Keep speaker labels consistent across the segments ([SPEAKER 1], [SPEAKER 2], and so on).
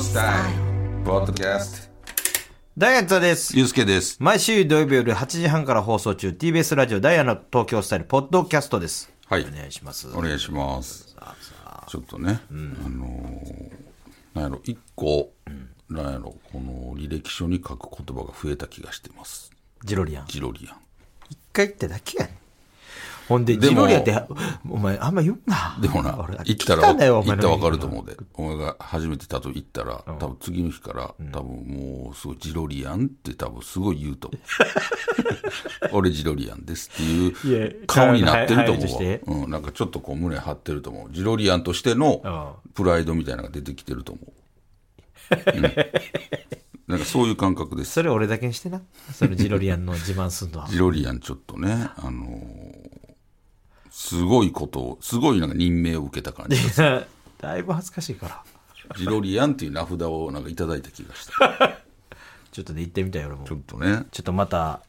[SPEAKER 1] スタイルポッドキャスト
[SPEAKER 2] ダイアンツァです。
[SPEAKER 1] ゆうすけです
[SPEAKER 2] 毎週土曜日夜8時半から放送中、TBS ラジオダイアンの東京スタイル、ポッドキャストです。
[SPEAKER 1] はい
[SPEAKER 2] お願いします。
[SPEAKER 1] お願いしますちょっとね、あのーなんやろ一個、なんやろこの履歴書に書く言葉が増えた気がしてます
[SPEAKER 2] ジロリアン。一
[SPEAKER 1] ジロリアン
[SPEAKER 2] 回行ってだけやねんほんで、
[SPEAKER 1] で
[SPEAKER 2] ジ
[SPEAKER 1] も
[SPEAKER 2] ロリアンって、お前、あんま言うな。
[SPEAKER 1] でもな行
[SPEAKER 2] 俺、
[SPEAKER 1] った
[SPEAKER 2] 聞
[SPEAKER 1] ら、
[SPEAKER 2] いんだよ
[SPEAKER 1] 行
[SPEAKER 2] お
[SPEAKER 1] っ
[SPEAKER 2] 前の
[SPEAKER 1] たら分かると思うで。お前が初めてたと行ったら、多分次の日から、多分もう、すごい、ジロリアンって多分すごい言うと思 う。俺ジロリアンですってい
[SPEAKER 2] いうや
[SPEAKER 1] 顔になってると
[SPEAKER 2] はいはいはい
[SPEAKER 1] 思うわ。うん、なんかちょっとこう胸張ってると思う。ジロリアンとしてのプライドみたいなのが出てきてると思う。うん、なんかそういう感覚です。
[SPEAKER 2] それ俺だけにしてな。そのジロリアンの自慢す んのは。
[SPEAKER 1] ジロリアンちょっとね、あのーすごいことを、すごいなんか任命を受けた感じ。
[SPEAKER 2] だいぶ恥ずかしいから。
[SPEAKER 1] ジロリアンっていう名札をなんかいただいた気が した。
[SPEAKER 2] ちょっとね、行ってみたい俺も。ち
[SPEAKER 1] ちょ
[SPEAKER 2] ょ
[SPEAKER 1] っとね。
[SPEAKER 2] っとまた、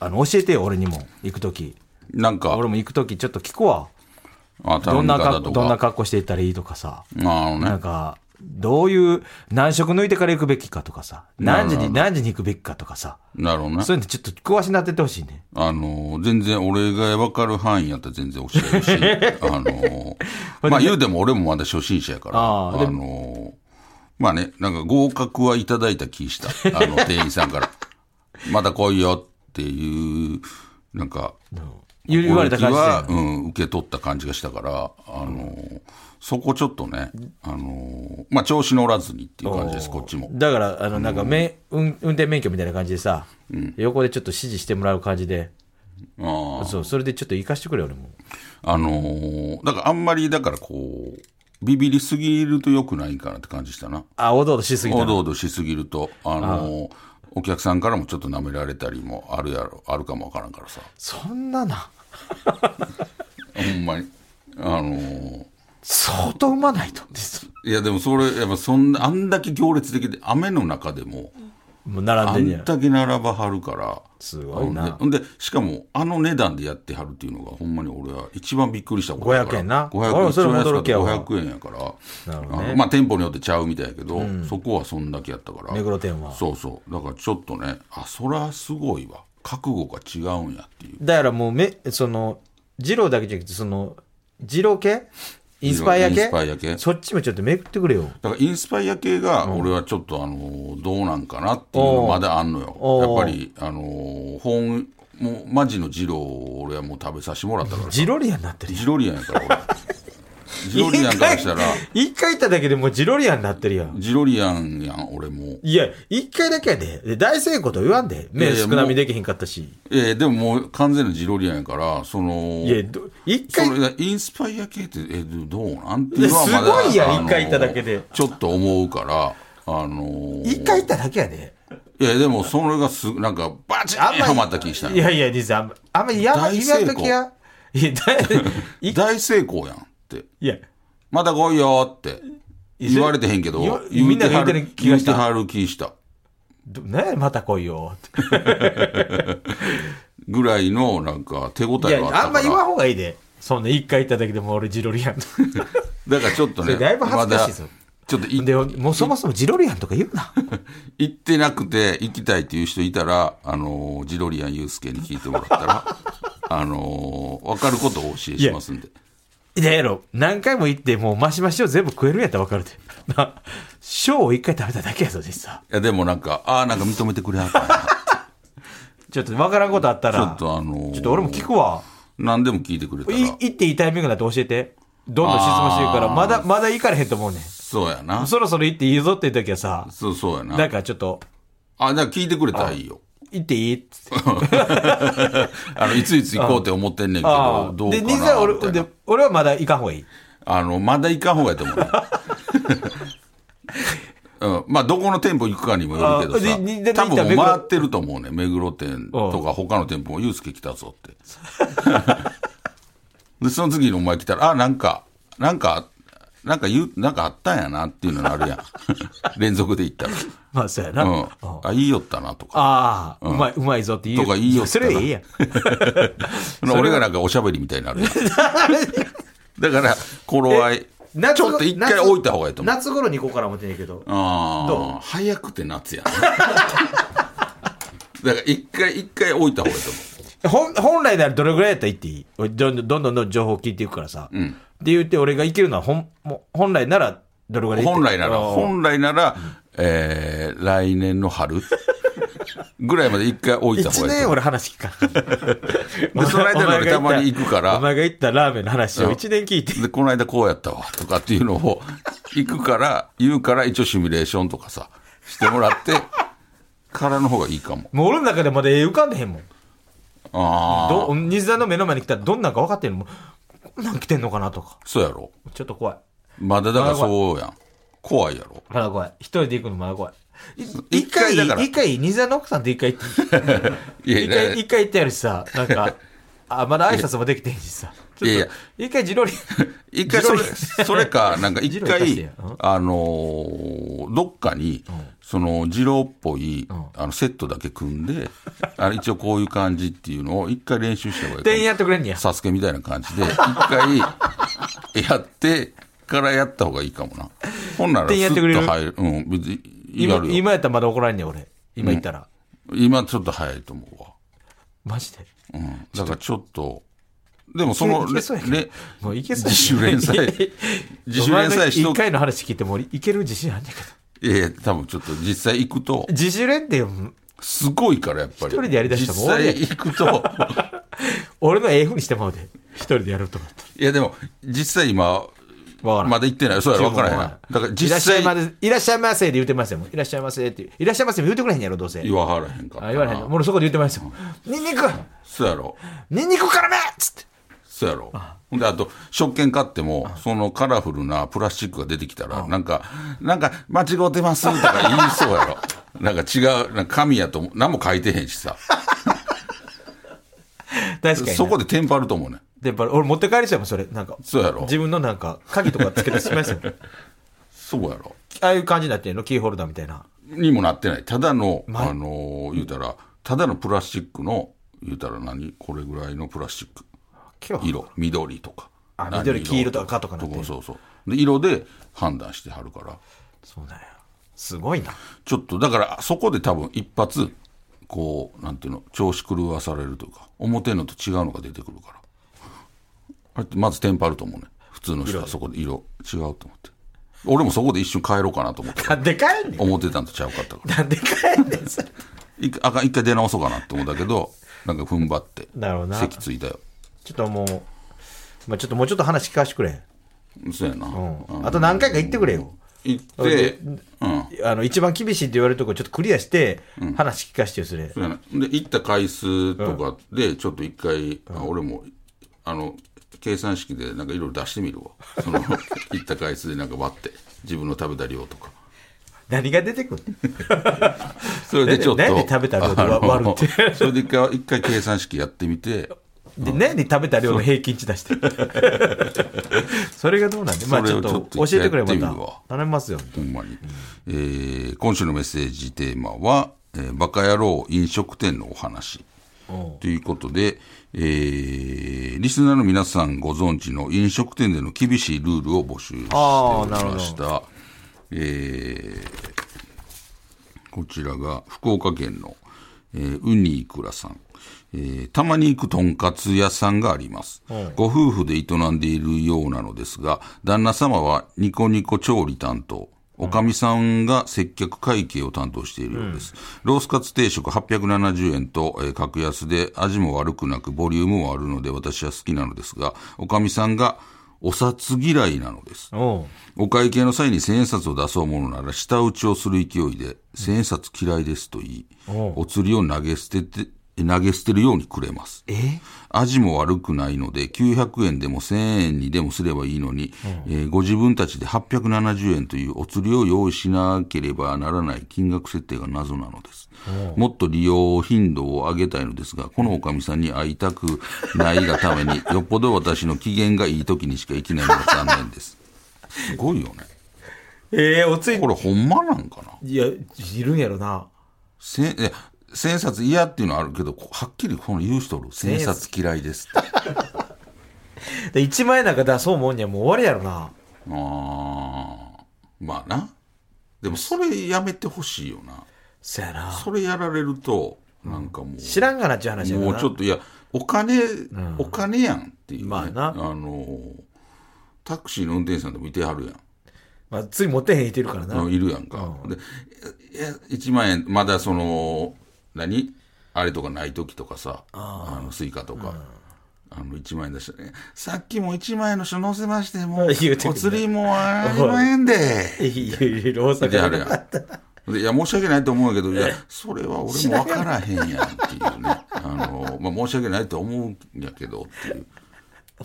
[SPEAKER 2] あの、教えてよ、俺にも。行くとき。
[SPEAKER 1] なんか、
[SPEAKER 2] 俺も行くとき、ちょっと聞くわ。
[SPEAKER 1] あ、頼
[SPEAKER 2] どん
[SPEAKER 1] み
[SPEAKER 2] な
[SPEAKER 1] 方
[SPEAKER 2] 格
[SPEAKER 1] とか。
[SPEAKER 2] 好、どんな格好していったらいいとかさ。
[SPEAKER 1] あの
[SPEAKER 2] なん
[SPEAKER 1] ね。
[SPEAKER 2] か、どういう、何食抜いてから行くべきかとかさ、何時に、何時に行くべきかとかさ、
[SPEAKER 1] なるほどね
[SPEAKER 2] そう。いうのちょっと詳しになってってほしいね。
[SPEAKER 1] あのー、全然俺が分かる範囲やったら全然教えるし、 あのー、まあ言うても俺もまだ初心者やから、
[SPEAKER 2] あ
[SPEAKER 1] あ
[SPEAKER 2] ーで
[SPEAKER 1] のー、まあね、なんか合格はいただいた気した。あの、店員さんから。また来いよっていう、なんか、
[SPEAKER 2] 言言われた感じ
[SPEAKER 1] は、
[SPEAKER 2] で。
[SPEAKER 1] うん、受け取った感じがしたから、あのーそこちょっとね、あのーまあ、調子乗らずにっていう感じです、こっちも。
[SPEAKER 2] だから、あの、なんか、め、運運転免許みたいな感じでさ、横でちょっと指示してもらう感じで、
[SPEAKER 1] あー
[SPEAKER 2] そう、それでちょっと行かしてくれよ、俺も。
[SPEAKER 1] あのーだからあんまり、だからこう、ビビりすぎると良くないかなって感じしたな。
[SPEAKER 2] あ、おどおどしすぎ
[SPEAKER 1] お
[SPEAKER 2] たな。
[SPEAKER 1] どおどしすぎると、あのーお客さんからもちょっと舐められたりもあるやろ、あるかもわからんからさ。
[SPEAKER 2] そんなな、
[SPEAKER 1] ほんまに。あのー
[SPEAKER 2] 相当うまないと。
[SPEAKER 1] いやでもそれ、やっぱそんな、あんだけ行列的で、雨の中でも、
[SPEAKER 2] もう
[SPEAKER 1] あ
[SPEAKER 2] 並んでん
[SPEAKER 1] ん
[SPEAKER 2] やん。
[SPEAKER 1] だけ並ばはるから。
[SPEAKER 2] すごいな
[SPEAKER 1] ほ。んで、ほんでしかも、あの値段でやってはるっていうのが、ほんまに俺は一番びっくりしたことだから
[SPEAKER 2] 500円な
[SPEAKER 1] 500
[SPEAKER 2] 俺
[SPEAKER 1] 円。
[SPEAKER 2] もそれも驚きやわ
[SPEAKER 1] 一番安かった500円やから。
[SPEAKER 2] なるほどね
[SPEAKER 1] あのまあ、店舗によってちゃうみたいやけど、そこはそんだけやったから。
[SPEAKER 2] 目黒店は。
[SPEAKER 1] そうそう。だからちょっとね、あ、そらすごいわ。覚悟が違うんやっていう。
[SPEAKER 2] だからもうめ、その、ジローだけじゃなくて、その、ジロー系インスパイア系
[SPEAKER 1] インスパイア系
[SPEAKER 2] そっちもちょっとめくってくれよ。
[SPEAKER 1] だからインスパイア系が、俺はちょっと、あのーどうなんかなっていうのまだあんのよ。
[SPEAKER 2] おー
[SPEAKER 1] やっぱり、あのー本、もう、マジの二郎を俺はもう食べさせてもらった からさ
[SPEAKER 2] ジロリアンになってるやん
[SPEAKER 1] ジロリアンやから俺。ジロリアンからしたら、
[SPEAKER 2] 一回行っただけでもうジロリアンになってるやん。
[SPEAKER 1] ジロリアンやん、俺も。
[SPEAKER 2] いや、一回だけやで。で大成功と言わんで。
[SPEAKER 1] やい
[SPEAKER 2] 目
[SPEAKER 1] や
[SPEAKER 2] 少なみできへんかったし。
[SPEAKER 1] えー、でももう完全なジロリアンやから、その、
[SPEAKER 2] いや、ど一
[SPEAKER 1] そ
[SPEAKER 2] 回、
[SPEAKER 1] れインスパイア系って、えーどどうなんっていうのはまだ
[SPEAKER 2] すごいやん
[SPEAKER 1] あの
[SPEAKER 2] 一回行っただけで
[SPEAKER 1] ちょっと思うから、あのー
[SPEAKER 2] 一回行っただけやで。
[SPEAKER 1] いや、でもそれがす、なんか、バチーンハマった気したん
[SPEAKER 2] い
[SPEAKER 1] や
[SPEAKER 2] やいや、実はあんま、あんまやば
[SPEAKER 1] 大
[SPEAKER 2] 言
[SPEAKER 1] 成
[SPEAKER 2] わん
[SPEAKER 1] 功
[SPEAKER 2] ときや。いや、だい い
[SPEAKER 1] 大成功やんって。
[SPEAKER 2] いや、
[SPEAKER 1] また来いよって。
[SPEAKER 2] いや
[SPEAKER 1] 言われてへんけど
[SPEAKER 2] 言わ、
[SPEAKER 1] 言う
[SPEAKER 2] みんな
[SPEAKER 1] て
[SPEAKER 2] が言
[SPEAKER 1] は
[SPEAKER 2] うて
[SPEAKER 1] る
[SPEAKER 2] る気がした
[SPEAKER 1] 言うてはる気した。
[SPEAKER 2] どなんやまた来いよって。
[SPEAKER 1] ぐらいの、なんか、手応
[SPEAKER 2] い
[SPEAKER 1] えがあったから。
[SPEAKER 2] や、あんま言わんほうがいいで。そんな一回行っただけでもう俺ジロリアン。
[SPEAKER 1] だからちょっとね、
[SPEAKER 2] それだいぶ恥ずかしいぞ
[SPEAKER 1] まだちょっとい
[SPEAKER 2] で、もうそもそもジロリアンとか言うな。
[SPEAKER 1] 行ってなくて行きたいっていう人いたら、あのージロリアンユースケに聞いてもらったら、 あのーわかることをお教えしますんで。
[SPEAKER 2] いややろ、何回も行って、もうマシマシを全部食えるんやったら分かるで。な、ショーを一回食べただけやぞ、実際。
[SPEAKER 1] いや、でもなんか、ああ、なんか認めてくれは ったな
[SPEAKER 2] ちょっと分からんことあったら、
[SPEAKER 1] ちょっとあのー
[SPEAKER 2] ちょっと俺も聞くわ。
[SPEAKER 1] 何でも聞いてくれた
[SPEAKER 2] い
[SPEAKER 1] ら。
[SPEAKER 2] 行っていいタイミングだと教えて。どんどん質問してるから、
[SPEAKER 1] あー
[SPEAKER 2] まだ、まだ行かれへんと思うねん。
[SPEAKER 1] そうやな。
[SPEAKER 2] そろそろ行っていいぞっていう時はさ、
[SPEAKER 1] そう、そうやな。
[SPEAKER 2] なんかちょっと、
[SPEAKER 1] あ、なんか聞いてくれたらいいよ。
[SPEAKER 2] 行っていいっつって。
[SPEAKER 1] あの、いついつ行こうって思ってんねんけ
[SPEAKER 2] あ
[SPEAKER 1] ど
[SPEAKER 2] あ、
[SPEAKER 1] どう
[SPEAKER 2] で、
[SPEAKER 1] かなみ
[SPEAKER 2] 実は
[SPEAKER 1] た
[SPEAKER 2] 俺、
[SPEAKER 1] いな
[SPEAKER 2] で俺はまだ行かんほうがいい。
[SPEAKER 1] あの、まだ行かん方がいいと 思うね。うん、まあ、どこの店舗行くかにもよるけど
[SPEAKER 2] あでにで
[SPEAKER 1] さ、多
[SPEAKER 2] 行ったら
[SPEAKER 1] 分
[SPEAKER 2] 目黒
[SPEAKER 1] 回ってると思うね。目黒店とか他の店舗も、ユースケ来たぞって。 で、その次にお前来たら、あ、なんか、なんか、なんか言う、なんかあったんやなっていうのがあるやん。 連続で行ったら。
[SPEAKER 2] まあ、そうやな。
[SPEAKER 1] うん
[SPEAKER 2] あ。
[SPEAKER 1] あ、いいよったなとか。
[SPEAKER 2] あ、うまい、うまいぞって言う。
[SPEAKER 1] とかいいよ
[SPEAKER 2] それいいやん。
[SPEAKER 1] 俺がなんかおしゃべりみたいになるやん。だから、頃合い、
[SPEAKER 2] 夏
[SPEAKER 1] ちょっと一回置いた方がいいと思う
[SPEAKER 2] 夏頃に行こうかな思ってんやけど。ど
[SPEAKER 1] ああ、早くて夏やな。 だから一回、一回置いた方がいいと思
[SPEAKER 2] 本本来ならどれぐらいやったら行っていい俺どんどんどんどんどん情報聞いていくからさ。
[SPEAKER 1] う。うん。
[SPEAKER 2] って言って、俺が行けるのはほんもう本来ならどれぐらい行って
[SPEAKER 1] 本来なら、
[SPEAKER 2] あー
[SPEAKER 1] 本来なら、えー、来年の春ぐらいまで一回置いた方
[SPEAKER 2] 一
[SPEAKER 1] がいい
[SPEAKER 2] 年
[SPEAKER 1] と思う。
[SPEAKER 2] 俺話聞かん。
[SPEAKER 1] でその間に俺たまに行くから
[SPEAKER 2] お前が行ったラーメンの話を一年聞いて。
[SPEAKER 1] で、この間こうやったわ、とかっていうのを、行くから、言うから、一応シミュレーションとかさ、してもらって、からの方がいいかも。
[SPEAKER 2] もう俺の中でまだ絵浮かんでへんもん。
[SPEAKER 1] ああ、
[SPEAKER 2] ど西田の目の前に来たらどんなんか分かってんのもうこんなん来てんのかなとか。
[SPEAKER 1] そうやろ。
[SPEAKER 2] ちょっと怖い。
[SPEAKER 1] まだだからそうやん。怖いやろ。
[SPEAKER 2] まだ怖い。一人で行くのまだ怖い。い一
[SPEAKER 1] 一回
[SPEAKER 2] 回
[SPEAKER 1] だから
[SPEAKER 2] 一回、西田の奥さんと一回行って、
[SPEAKER 1] いや
[SPEAKER 2] 一
[SPEAKER 1] いや
[SPEAKER 2] 回、
[SPEAKER 1] い
[SPEAKER 2] 一回行ってやるしさ、な んか、あ、まだ挨拶もできてへんしさ。ち
[SPEAKER 1] いやい
[SPEAKER 2] ょ
[SPEAKER 1] や
[SPEAKER 2] っと、一回自 撮り。
[SPEAKER 1] 一回それ、
[SPEAKER 2] 自撮り
[SPEAKER 1] それか、 なんか一
[SPEAKER 2] ジロー行かして
[SPEAKER 1] 回
[SPEAKER 2] やうん、
[SPEAKER 1] あのーどっかに、その、二郎っぽい、
[SPEAKER 2] ん
[SPEAKER 1] あの、セットだけ組ん で、あの一応こういう感じっていうのを一回練習した方がいいかも
[SPEAKER 2] 店員やってくれんねや。
[SPEAKER 1] サスケみたいな感じで、一 回やってからやった方がいいかもな。ほんなら、ス
[SPEAKER 2] 店員や
[SPEAKER 1] ッ
[SPEAKER 2] ってくれる
[SPEAKER 1] と入る。うん、別に、や
[SPEAKER 2] 今、
[SPEAKER 1] るよ。
[SPEAKER 2] 今やったらまだ怒らんねや、俺。今行ったら。
[SPEAKER 1] 今ちょっと早いと思うわ。
[SPEAKER 2] マジで。
[SPEAKER 1] うん。だからちょっと、でもその、
[SPEAKER 2] いけそうやけど
[SPEAKER 1] ね、
[SPEAKER 2] もういけそう
[SPEAKER 1] 自主連 載、自主連載しと
[SPEAKER 2] 1回の話聞いても俺いける自信あんねんけど。
[SPEAKER 1] ええ多分ちょっと実際行くと、
[SPEAKER 2] 自主練って、うん
[SPEAKER 1] すごいからやっぱり。
[SPEAKER 2] 一人でやりだしたらもう
[SPEAKER 1] 実
[SPEAKER 2] 終わ
[SPEAKER 1] 際
[SPEAKER 2] り
[SPEAKER 1] 行く と、
[SPEAKER 2] 俺のええ風にしてまうで。一人でやると思って。
[SPEAKER 1] いやでも、実際今、
[SPEAKER 2] わからん
[SPEAKER 1] まだ行ってない。そうや、わからへん。だから実際
[SPEAKER 2] いらっしゃいませ、いらっしゃいませって言ってましたよ。いらっしゃいませって言う。いらっしゃいませ言ってくれへんやろ、どうせ。
[SPEAKER 1] 言わはらへんかった
[SPEAKER 2] あ言われへん。もうそこで言ってましたよ。ニンニク
[SPEAKER 1] そうやろ。
[SPEAKER 2] ニンニク辛めっつって。
[SPEAKER 1] そうやろ。ほんで、あと、食券買っても、そのカラフルなプラスチックが出てきたら、なんか、なんか、間違ってますとか言いそうや ろ。なんか違う、なんか紙やと思う、何も書いてへんしさ。
[SPEAKER 2] 確かに。
[SPEAKER 1] そこでテンパると思うねん。
[SPEAKER 2] で、やっぱ俺持って帰りしたよ、もんそれ。なんか。
[SPEAKER 1] そうやろ。
[SPEAKER 2] 自分のなんか、鍵とかつけたりしま したよ。
[SPEAKER 1] そうやろ。
[SPEAKER 2] ああいう感じになってんのキーホルダーみたいな。
[SPEAKER 1] にもなってない。ただの、
[SPEAKER 2] ま
[SPEAKER 1] あのー言うたら、ただのプラスチックの、言うたら何これぐらいのプラスチック。
[SPEAKER 2] 今日。
[SPEAKER 1] 色、緑とか。
[SPEAKER 2] あ
[SPEAKER 1] 何
[SPEAKER 2] 緑黄色とか赤とかなってる
[SPEAKER 1] そうそう。で色で判断してはるから。
[SPEAKER 2] そうだよ。すごいな。
[SPEAKER 1] ちょっと、だから、そこで多分一発、こう、なんていうの、調子狂わされるというか、表のと違うのが出てくるから。あれってまずテンパると思うね。普通の人はそこで色、違うと思って。俺もそこで一瞬帰ろうかなと思って。
[SPEAKER 2] なんで帰んねん。
[SPEAKER 1] 思ってたんとちゃうかったから。
[SPEAKER 2] なんで帰んねん、それ
[SPEAKER 1] 一回あかん一回出直そうかなって思ったけど、なんか踏ん張って。
[SPEAKER 2] なるほどな
[SPEAKER 1] 席ついたよ。
[SPEAKER 2] ちょっともう、まあちょっともうちょっと話聞かせてくれ。
[SPEAKER 1] そうやな。
[SPEAKER 2] うん。あと何回か行ってくれよ。
[SPEAKER 1] 行って、うん。
[SPEAKER 2] あの、一番厳しいって言われるとこちょっとクリアして、話聞かせてよ、それ
[SPEAKER 1] そ。うやな。で、行った回数とかで、ちょっと一回、あ俺も、あの、計算式でなんかいろいろ出してみるわ。そ の、行った回数でなんか割って、自分の食べた量とか。
[SPEAKER 2] 何が出てくる
[SPEAKER 1] それでちょっと。
[SPEAKER 2] なんでなんで食べた量で
[SPEAKER 1] あの
[SPEAKER 2] 割るっ て
[SPEAKER 1] それで一回、一回計算式やってみて、
[SPEAKER 2] で、何に食べた量の平均値出 して。それがどうなんで、まあ
[SPEAKER 1] それ
[SPEAKER 2] ちょ
[SPEAKER 1] を
[SPEAKER 2] っと
[SPEAKER 1] ちょ
[SPEAKER 2] 教
[SPEAKER 1] っと
[SPEAKER 2] えてくれ、
[SPEAKER 1] やってみるわ
[SPEAKER 2] また。頼みますよ。
[SPEAKER 1] ほんまに。えー今週のメッセージテーマは、えーバカ野郎飲食店のお話。ということで、えーリスナーの皆さんご存知の飲食店での厳しいルールを募集しておりました。えーこちらが福岡県の、えーウニイクラさん。えーたまに行くとんかつ屋さんがあります、ご夫婦で営んでいるようなのですが、旦那様はニコニコ調理担当。おかみさんが接客会計を担当しているようです。ロースカツ定食870円と、えー格安で味も悪くなくボリュームもあるので私は好きなのですが、おかみさんがお札嫌いなのです。
[SPEAKER 2] おう
[SPEAKER 1] お会計の際に千円札を出そうものなら舌打ちをする勢いで、千円札嫌いですと言い、お釣りを投げ捨てて、投げ捨てるようにくれます。
[SPEAKER 2] え
[SPEAKER 1] 味も悪くないので、900円でも1000円にでもすればいいのに、えーご自分たちで870円というお釣りを用意しなければならない金額設定が謎なのです。もっと利用頻度を上げたいのですが、このおかみさんに会いたくないがために、よっぽど私の機嫌がいい時にしか行けないのが残念です。すごいよね。
[SPEAKER 2] えー、おつい
[SPEAKER 1] こ、れほんまなんかない
[SPEAKER 2] や、いるんやろな。
[SPEAKER 1] 千いや千円札嫌っていうのはあるけど、こはっきりこの言う人おる。千円札嫌いですって。
[SPEAKER 2] で、1万円なんか出そうもんにはもう終わりやろな。
[SPEAKER 1] ああまあなでもそれやめてほしいよな
[SPEAKER 2] そやな
[SPEAKER 1] それやられるとなんかもう
[SPEAKER 2] 知らんがなっちゅう話やから
[SPEAKER 1] も
[SPEAKER 2] な
[SPEAKER 1] うちょっといやお金、お金やんっていう、ね、
[SPEAKER 2] まあな
[SPEAKER 1] あのータクシーの運転手さんでもいてはるやん
[SPEAKER 2] まあ、つ い持ってへん言ってるからな、
[SPEAKER 1] あいるやんか、でいや1万円まだその何あれとかない時とかさあのスイカとか、あの1万円出してねさっきも1万円の書載せましてもう
[SPEAKER 2] 言うてくんね
[SPEAKER 1] お釣りもありまへんで
[SPEAKER 2] いやいやいや大
[SPEAKER 1] ってある
[SPEAKER 2] 阪で
[SPEAKER 1] やん。でいや、申し訳ないと思うけど、いや、それは俺も分からへんやんっていうね。あの、まあ、申し訳ないと思うんやけどっていう。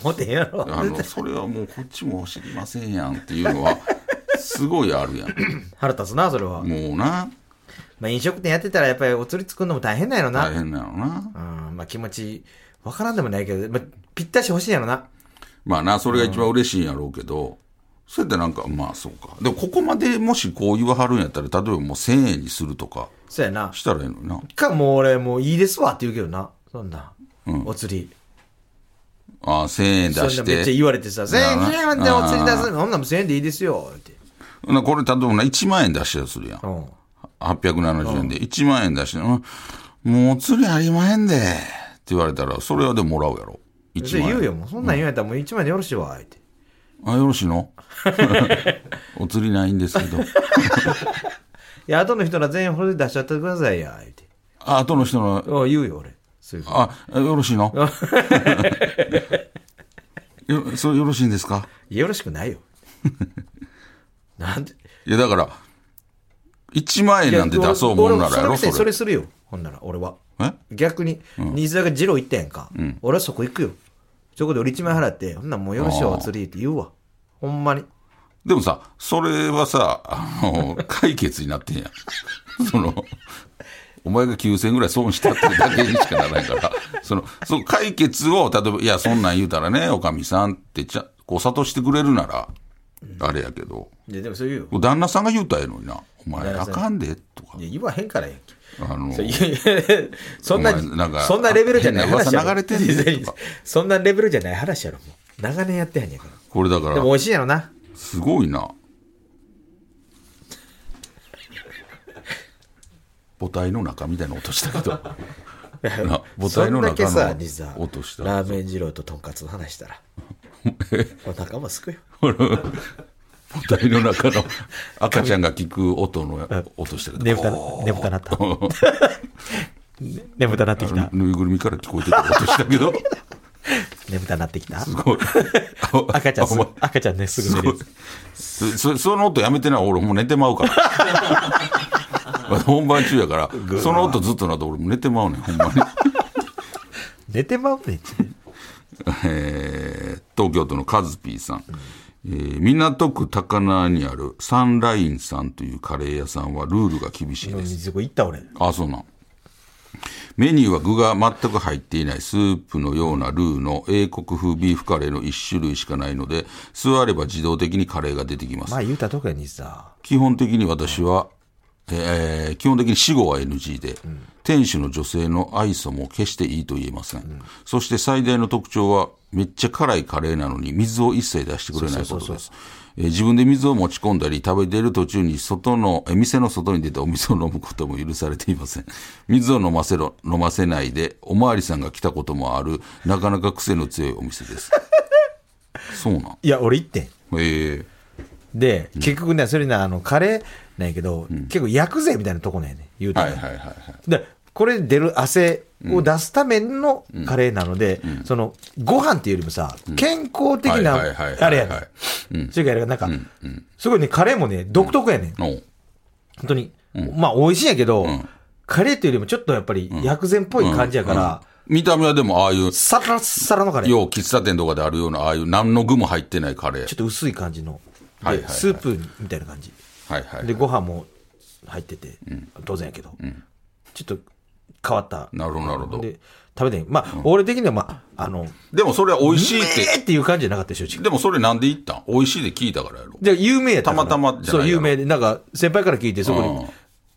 [SPEAKER 2] 持ってへんやろ
[SPEAKER 1] あの、それはもうこっちも知りませんやんっていうのは、すごいあるや ん。
[SPEAKER 2] 腹立つなそれは、
[SPEAKER 1] もうな、
[SPEAKER 2] まあ、飲食店やってたらやっぱりお釣り作るのも大変なんやろな、
[SPEAKER 1] 大変なのな。
[SPEAKER 2] うんまあ、気持ちわからんでもないけど、まあ、ぴったし欲しいんやろな
[SPEAKER 1] まあな、それが一番嬉しいんやろうけど、それってなんか、まあそうか。でも、ここまでもしこう言わはるんやったら、例えばもう1000円にするとか
[SPEAKER 2] そうやな
[SPEAKER 1] したらええのにな。
[SPEAKER 2] かもう俺もういいですわって言うけどなそんな、お釣り
[SPEAKER 1] ああ、1000円出
[SPEAKER 2] そんな
[SPEAKER 1] し
[SPEAKER 2] めっちゃ
[SPEAKER 1] て。
[SPEAKER 2] 言われてさ「1000円
[SPEAKER 1] な
[SPEAKER 2] 1000円でお釣り出すそんなん1000円でいいですよ」って、
[SPEAKER 1] なこれ、例えばな、1万円出したりするやん
[SPEAKER 2] う。ん、
[SPEAKER 1] 870円で1万円出して、うん、もうお釣りありまへんで、って言われたら、それはでもらうやろ。
[SPEAKER 2] そ
[SPEAKER 1] 1
[SPEAKER 2] れ
[SPEAKER 1] 万
[SPEAKER 2] 言う
[SPEAKER 1] 円。
[SPEAKER 2] よもうそんなん言うんやったらもう1万円でよろしいわって
[SPEAKER 1] あ、よろしいの お釣りないんですけど。
[SPEAKER 2] いや後の人ら全員ほれ出しちゃってくださいやって
[SPEAKER 1] あ、後の人の、
[SPEAKER 2] うん言うよ俺そういうこと
[SPEAKER 1] あ、よろしい のよそれよろしいんですか
[SPEAKER 2] いやよろし くないよなんで
[SPEAKER 1] いや、だから、1万円なんて出そうもんならやろ、
[SPEAKER 2] 俺それ
[SPEAKER 1] そ
[SPEAKER 2] そ
[SPEAKER 1] れ。
[SPEAKER 2] れするよほんなら俺は
[SPEAKER 1] え
[SPEAKER 2] 逆に新座がジロー行ったやんか、俺はそこ行くよそこで俺1万円払ってほんならもうよろしいよお釣りって言うわほんまに
[SPEAKER 1] でもさ、それはさ、あの、解決になってんやん。その、お前が9000円ぐらい損したってだけにしかならないから、その、その解決を、例えば、いや、そんなん言うたらね、おかみさんってちゃ、こう、諭してくれるなら、あれやけど、
[SPEAKER 2] ででもそう言うよ
[SPEAKER 1] 旦那さんが言うたらええのにな、お前、あ
[SPEAKER 2] 旦那さん
[SPEAKER 1] かんで、とか
[SPEAKER 2] い、や言わへんからやんけ
[SPEAKER 1] あの、
[SPEAKER 2] いやいやそんな
[SPEAKER 1] お前なんか
[SPEAKER 2] そんなレベルじゃない話や
[SPEAKER 1] 変な
[SPEAKER 2] ろ
[SPEAKER 1] 噂流れてんねんとか
[SPEAKER 2] そんなレベルじゃない話やろもう長年やってはんやから
[SPEAKER 1] これだか
[SPEAKER 2] で
[SPEAKER 1] ら
[SPEAKER 2] も、美味しいやろな
[SPEAKER 1] すごいな。母体の中みたいな音したけど。な母
[SPEAKER 2] そ
[SPEAKER 1] 体
[SPEAKER 2] ん
[SPEAKER 1] の
[SPEAKER 2] だけ
[SPEAKER 1] 中
[SPEAKER 2] さ西澤
[SPEAKER 1] の音した。
[SPEAKER 2] ラーメン二郎ととんかつの 話したらお腹もすくよ
[SPEAKER 1] 母体の中の赤ちゃんが聞く音の音したけど。
[SPEAKER 2] 眠たな
[SPEAKER 1] こ
[SPEAKER 2] 眠たなった ね眠たなってきた
[SPEAKER 1] うぬいぐるみから聞こえてくる音したけど。
[SPEAKER 2] 眠たなってきた
[SPEAKER 1] すごい。
[SPEAKER 2] 赤ちゃんす
[SPEAKER 1] お前
[SPEAKER 2] 赤ちゃんねすぐ
[SPEAKER 1] す
[SPEAKER 2] 寝
[SPEAKER 1] ご
[SPEAKER 2] る
[SPEAKER 1] いそ そその音やめてな俺もう寝てまうから 本番中やからその音ずっとなって俺もう寝てまうねんほんまに
[SPEAKER 2] 寝てまう ねんち
[SPEAKER 1] えー東京都のカズピーさん、えー港区高輪にあるサンラインさんというカレー屋さんはルールが厳しいです
[SPEAKER 2] そこ行った俺
[SPEAKER 1] あそうなんメニューは具が全く入っていないスープのようなルーの英国風ビーフカレーの1種類しかないので座れば自動的にカレーが出てきます
[SPEAKER 2] まあ言うたとこやにさ
[SPEAKER 1] 基本的に私は、えー基本的に死後は NG で、店主の女性の愛想も決していいと言えません、そして最大の特徴はめっちゃ辛いカレーなのに水を一切出してくれないことですえー自分で水を持ち込んだり食べている途中に外の、えー店の外に出てお水を飲むことも許されていません水を飲ませろ飲ませないでおまわりさんが来たこともあるなかなか癖の強いお店 ですそうなん
[SPEAKER 2] いや俺行ってん
[SPEAKER 1] ええ
[SPEAKER 2] で結局ねそれなあのカレーなんやけど結構薬剤みたいなとこなんやね言うた
[SPEAKER 1] はい
[SPEAKER 2] ら
[SPEAKER 1] はいはいはい
[SPEAKER 2] でこれ出る汗を出すためのカレーなので、そのご飯っていうよりもさ、健康的な
[SPEAKER 1] はいはいはいはいはい
[SPEAKER 2] あれやねん。それからなんか、すごいね、カレーもね、独特やねん。本
[SPEAKER 1] おう
[SPEAKER 2] 当に。まあ、美味しいんやけど、カレーっていうよりもちょっとやっぱり薬膳っぽい感じやから、
[SPEAKER 1] 見た目はでもああいう
[SPEAKER 2] サラッサラのカレー。
[SPEAKER 1] よう喫茶店とかであるような、ああいう何の具も入ってないカレ
[SPEAKER 2] ちょ
[SPEAKER 1] ー。
[SPEAKER 2] っと薄い感じの。で
[SPEAKER 1] はいはいはい
[SPEAKER 2] スープみたいな感じ。
[SPEAKER 1] はいはい。
[SPEAKER 2] で、ご飯も入ってて、当然やけど、ちょっと変わった。
[SPEAKER 1] なるほど、なるほど。
[SPEAKER 2] で、食べてんまあ、俺的にはまあ、あの、
[SPEAKER 1] でもそれは美味しいっ
[SPEAKER 2] えーっていう感じじゃなかったでしょ、正
[SPEAKER 1] て、
[SPEAKER 2] 直
[SPEAKER 1] でもそれなんで言ったん美味しいで聞いたからやろ。
[SPEAKER 2] で、有名やったから
[SPEAKER 1] たまたまじゃないやろ
[SPEAKER 2] そう、有名で。なんか、先輩から聞いて、そこ
[SPEAKER 1] うん
[SPEAKER 2] に、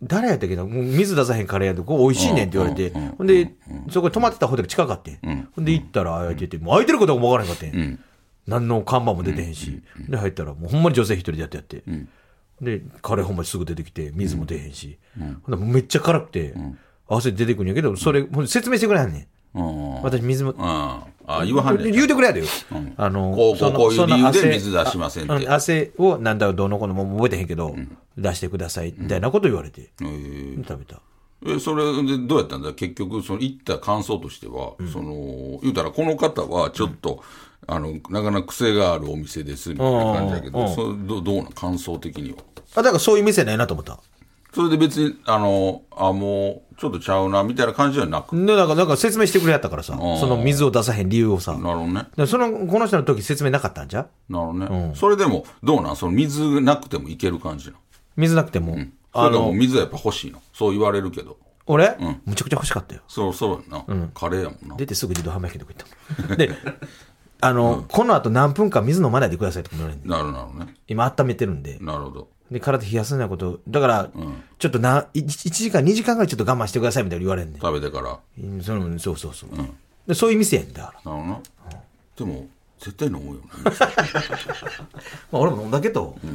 [SPEAKER 2] 誰やったっけど、もう水出さへんカレーやで、ここ美味しいねんって言われて
[SPEAKER 1] うんうんうん、
[SPEAKER 2] ほんで、そこに泊まってたホテル近かってん。ほんで行ったら、ああやってて、もう空いてることがもわからへんかってん。何の看板も出てへんし、で入ったらもうほんまに女性一人でやってやって、でカレーほんますぐ出てきて水も出へんし、ほんならもうめっちゃ辛くて、汗出てくるんやけどそれ、ほんで説明してくれはんねん
[SPEAKER 1] うん。
[SPEAKER 2] 私水も、
[SPEAKER 1] ああ、言わはんねん。
[SPEAKER 2] 言うてくれやでよ、あの
[SPEAKER 1] こうこう
[SPEAKER 2] その
[SPEAKER 1] こういう
[SPEAKER 2] その
[SPEAKER 1] 理由で
[SPEAKER 2] 汗
[SPEAKER 1] 水出しませんって
[SPEAKER 2] あうん汗をなんだどうのこうのもう覚えてへんけど、出してくださいみたいなこと言われて、
[SPEAKER 1] えー
[SPEAKER 2] 食べた
[SPEAKER 1] えそれでどうやったんだ結局、その行った感想としては、その、言うたらこの方はちょっと、あの、なかなか癖があるお店ですみたいな感じだけ
[SPEAKER 2] うん
[SPEAKER 1] ど、
[SPEAKER 2] うん
[SPEAKER 1] それどどうなん感想的には。
[SPEAKER 2] あだからそういう店ないなと思った
[SPEAKER 1] それで別に、あの、あ、もう、ちょっとちゃうな、みたいな感じじゃなく。
[SPEAKER 2] でなんかなんか説明してくれやったからさ
[SPEAKER 1] ん
[SPEAKER 2] その水を出さへん理由をさ
[SPEAKER 1] なるほどね。なる
[SPEAKER 2] でそのこの人の時説明なかったんじゃう
[SPEAKER 1] ほどね。それでも、どうなんその水なくてもいける感じなの。
[SPEAKER 2] 水なくても、
[SPEAKER 1] それ
[SPEAKER 2] あ
[SPEAKER 1] でも
[SPEAKER 2] の
[SPEAKER 1] 水はやっぱ欲しいの。そう言われるけど。
[SPEAKER 2] 俺、むちゃくちゃ欲しかったよ
[SPEAKER 1] そうそうやんな、カレーやもんな。
[SPEAKER 2] 出てすぐ自動販売機のとこ行ったもんであの、この後何分間水飲まないでくださいとか言われる
[SPEAKER 1] なるなるね。
[SPEAKER 2] 今温めてるんで
[SPEAKER 1] なるほど。
[SPEAKER 2] で体冷やすようなことだから、ちょっとな 1, 時間2時間ぐらいちょっと我慢してくださいみたいなこと言われんねん
[SPEAKER 1] 食べてから。
[SPEAKER 2] うんそのそうそうそう、でそういう店やんだから、
[SPEAKER 1] なるほどな。でも、絶対飲むよね。
[SPEAKER 2] まあ、俺も飲んだけど、だ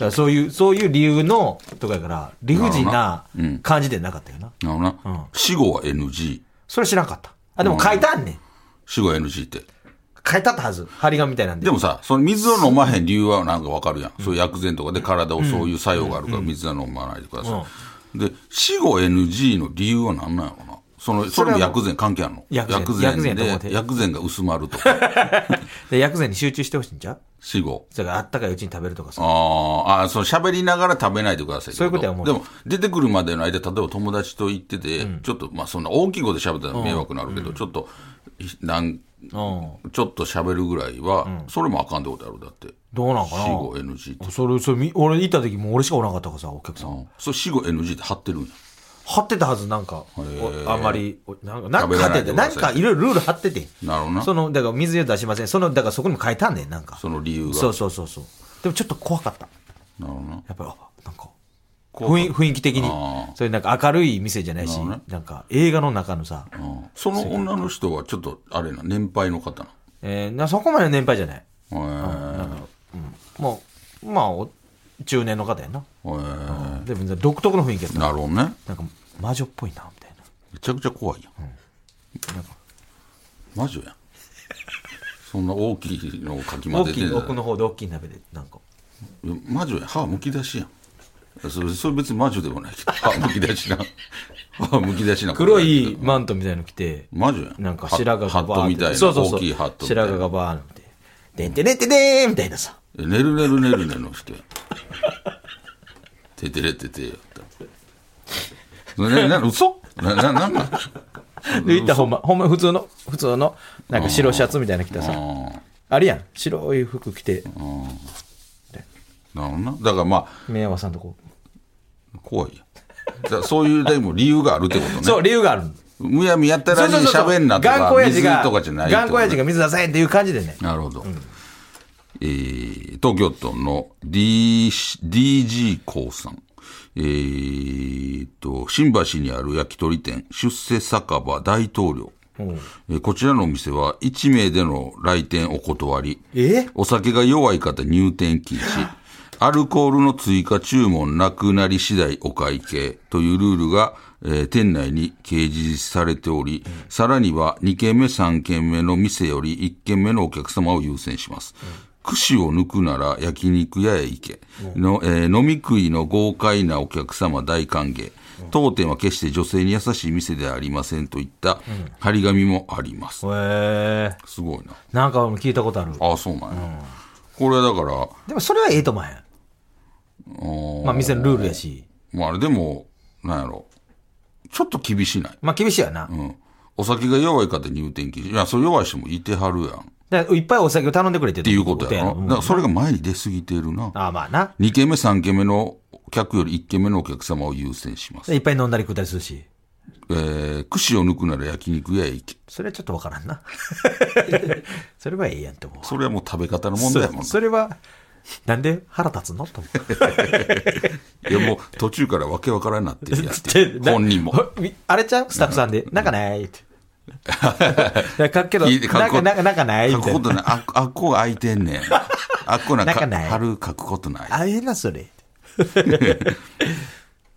[SPEAKER 2] からそういうそういう理由のとかやから理不尽な感じでなかったよな、
[SPEAKER 1] なるほどな。死後は NG。
[SPEAKER 2] それ知らんかったあでも書いてあんねん
[SPEAKER 1] 死後は NG って。
[SPEAKER 2] 書いてあったはず張り紙みたいなんで
[SPEAKER 1] でもさ、その水を飲まへん理由はなんかわかるやん。そういう薬膳とかで体をそういう作用があるから水は飲まないでください。で、死後 NG の理由は何なんやろな。その、それも薬膳関係あるの
[SPEAKER 2] 薬膳薬膳やと思う
[SPEAKER 1] で、
[SPEAKER 2] て
[SPEAKER 1] 薬膳が薄まるとか、
[SPEAKER 2] で薬膳に集中してほしいんちゃう
[SPEAKER 1] 死後。
[SPEAKER 2] それからあったかいうちに食べるとかさ
[SPEAKER 1] あーあー、そう喋りながら食べないでくださいって
[SPEAKER 2] そういうことや思う
[SPEAKER 1] でも、出てくるまでの間、例えば友達と行ってて、ちょっと、まあ、そんな大きい声で喋ったら迷惑になるけど、ちょっと、ひなん
[SPEAKER 2] うん
[SPEAKER 1] ちょっと喋るぐらいは、それもあかんってことやろ、だって。
[SPEAKER 2] どうなんかな
[SPEAKER 1] 死後 NG って。
[SPEAKER 2] それそれみ俺行った時もう俺しかおらんかったからさお客さん
[SPEAKER 1] うんそれ死後 NG って貼ってるんや。
[SPEAKER 2] 貼ってたはずなんかおあんまりおなんかなんか貼ってて
[SPEAKER 1] 食べられな
[SPEAKER 2] ないん
[SPEAKER 1] とか
[SPEAKER 2] かいろいろルール貼ってて
[SPEAKER 1] なるほどな。
[SPEAKER 2] そのだから水を出しませんそのだからそこにも書いてあんねんなんか
[SPEAKER 1] その理由が。
[SPEAKER 2] そうそうそうそうでもちょっと怖かった
[SPEAKER 1] なるほどな。
[SPEAKER 2] やっぱりあなんか
[SPEAKER 1] 怖
[SPEAKER 2] 雰囲雰囲気的に
[SPEAKER 1] あ
[SPEAKER 2] そういうなんか明るい店じゃないし
[SPEAKER 1] なるほどね
[SPEAKER 2] なんか映画の中のさ
[SPEAKER 1] うんその女の人はちょっと、あれな、年配の方な。
[SPEAKER 2] えーなそこまで年配じゃない
[SPEAKER 1] へー
[SPEAKER 2] もうまあお中年の方やな
[SPEAKER 1] へー
[SPEAKER 2] でも独特の雰囲気やった
[SPEAKER 1] なるほどね。
[SPEAKER 2] なんか魔女っぽいなみたいな
[SPEAKER 1] めちゃくちゃ怖いやん。魔女やん。そんな大きいのをかき混
[SPEAKER 2] 大
[SPEAKER 1] ぜて
[SPEAKER 2] きい
[SPEAKER 1] ん
[SPEAKER 2] 奥の方で大きい鍋でなんか
[SPEAKER 1] 魔女やん。歯むき出しやん。それそれ別に魔女でもないけど、歯むき出 しな。歯むき出しな。
[SPEAKER 2] 黒いマントみたいの着て
[SPEAKER 1] 魔女やん。
[SPEAKER 2] なんか白髪
[SPEAKER 1] ハッ
[SPEAKER 2] がバ
[SPEAKER 1] ハッ
[SPEAKER 2] ー
[SPEAKER 1] ト
[SPEAKER 2] っ
[SPEAKER 1] みたい
[SPEAKER 2] て
[SPEAKER 1] な。
[SPEAKER 2] そうそうそ
[SPEAKER 1] 大きいハット
[SPEAKER 2] う
[SPEAKER 1] みたいな
[SPEAKER 2] 白髪がバーンってでんてれんてれーんみたいなさ
[SPEAKER 1] えねるねるねるねの人や。ててれててやった。ね、な、嘘な、な、なんなん
[SPEAKER 2] で行ったらほんまほんま普通の普通のなんか白シャツみたいなの着たさ
[SPEAKER 1] あ
[SPEAKER 2] あるやん白い服着て
[SPEAKER 1] ーなるほどな。だからま
[SPEAKER 2] 目合わさんとこ
[SPEAKER 1] あ、怖いやん。だからそういう、でも理由があるってことね。
[SPEAKER 2] そう理由があるの
[SPEAKER 1] むやみやったら
[SPEAKER 2] そう
[SPEAKER 1] に
[SPEAKER 2] そうそうそう
[SPEAKER 1] 喋んなとか、
[SPEAKER 2] 頑固親父が
[SPEAKER 1] 水とかじゃないってこと
[SPEAKER 2] 頑固親父が水出せんっていう感じでね
[SPEAKER 1] なるほど。えー東京都の D、DG コウさん。えーと、新橋にある焼き鳥店、出世酒場大統領。えーこちらのお店は1名での来店お断り。
[SPEAKER 2] え
[SPEAKER 1] お酒が弱い方入店禁止。アルコールの追加注文なくなり次第お会計というルールが、えー店内に掲示されており、さらには2軒目3軒目の店より1軒目のお客様を優先します。串を抜くなら焼肉屋へ行け。の、えー飲み食いの豪快なお客様大歓迎。当店は決して女性に優しい店ではありませんといった張り紙もあります。
[SPEAKER 2] へえ
[SPEAKER 1] すごいな。
[SPEAKER 2] なんか俺も聞いたことある
[SPEAKER 1] ああ、そうなんや。これはだから、
[SPEAKER 2] でもそれはええと思わへん
[SPEAKER 1] ー
[SPEAKER 2] まあ店のルールやし
[SPEAKER 1] まああれでも、なんやろ。ちょっと厳しない。
[SPEAKER 2] まあ厳しいやな、
[SPEAKER 1] うん。お酒が弱い方入店禁止。いや、そう弱い人もいてはるやん。っ
[SPEAKER 2] だからいっぱいお酒を頼んでくれてって
[SPEAKER 1] いうことや
[SPEAKER 2] な
[SPEAKER 1] ろ。だからそれが前に出過ぎてるな。
[SPEAKER 2] ああまあな。
[SPEAKER 1] 2軒目、3軒目の客より1軒目のお客様を優先します。
[SPEAKER 2] いっぱい飲んだり食ったりするし。
[SPEAKER 1] えー、串を抜くなら焼肉屋へ行け。
[SPEAKER 2] それはちょっとわからん な。それはええやんと思う。
[SPEAKER 1] それはもう食べ方の問題やもん
[SPEAKER 2] そそれは、なんで腹立つのと思う。
[SPEAKER 1] いや、もう途 中からわけわからんなってるやん
[SPEAKER 2] でな
[SPEAKER 1] 本人も。
[SPEAKER 2] ほみあれちゃうスタッフさんで、なんかないって。や書くけど、
[SPEAKER 1] いい
[SPEAKER 2] なんか、なんか、なんかない
[SPEAKER 1] 書
[SPEAKER 2] みた
[SPEAKER 1] く
[SPEAKER 2] い
[SPEAKER 1] こ
[SPEAKER 2] な。
[SPEAKER 1] とない。あ、あっこが開いてんねん。あっこな、
[SPEAKER 2] なん
[SPEAKER 1] か
[SPEAKER 2] かない
[SPEAKER 1] 春書くことない。
[SPEAKER 2] あ、ええな、そ れ。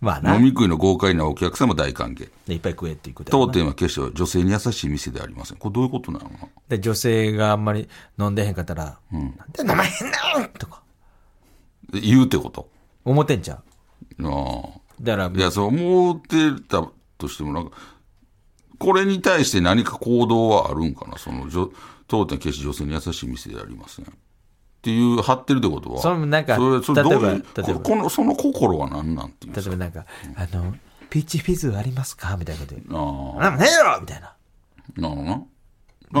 [SPEAKER 2] まあな。
[SPEAKER 1] 飲
[SPEAKER 2] い
[SPEAKER 1] み食いの豪快なお客様大歓迎。
[SPEAKER 2] っぱい食えっていくだろう
[SPEAKER 1] 当店
[SPEAKER 2] な
[SPEAKER 1] は決して女性に優しい店ではありません。これどういうことなのかな
[SPEAKER 2] で女性があんまり飲んでへんかったら、なんで飲まへんのとか、
[SPEAKER 1] 言うってこと。
[SPEAKER 2] 思ってんちゃう。
[SPEAKER 1] ああ。
[SPEAKER 2] だから
[SPEAKER 1] い、や、そう思ってたとしても、なんか、これに対して何か行動はあるんかなその、女当店は決して女性に優しい店ではありません。っていう、張ってるってことは。
[SPEAKER 2] それなんか
[SPEAKER 1] それそれどう
[SPEAKER 2] 例えば
[SPEAKER 1] いう
[SPEAKER 2] 例えば
[SPEAKER 1] ここの、その心は何なんていう。
[SPEAKER 2] 例えばなんか、あの、ピーチフィズありますかみたいなことで。
[SPEAKER 1] ああ。
[SPEAKER 2] あ、ねえよみたいな。
[SPEAKER 1] なるほどな。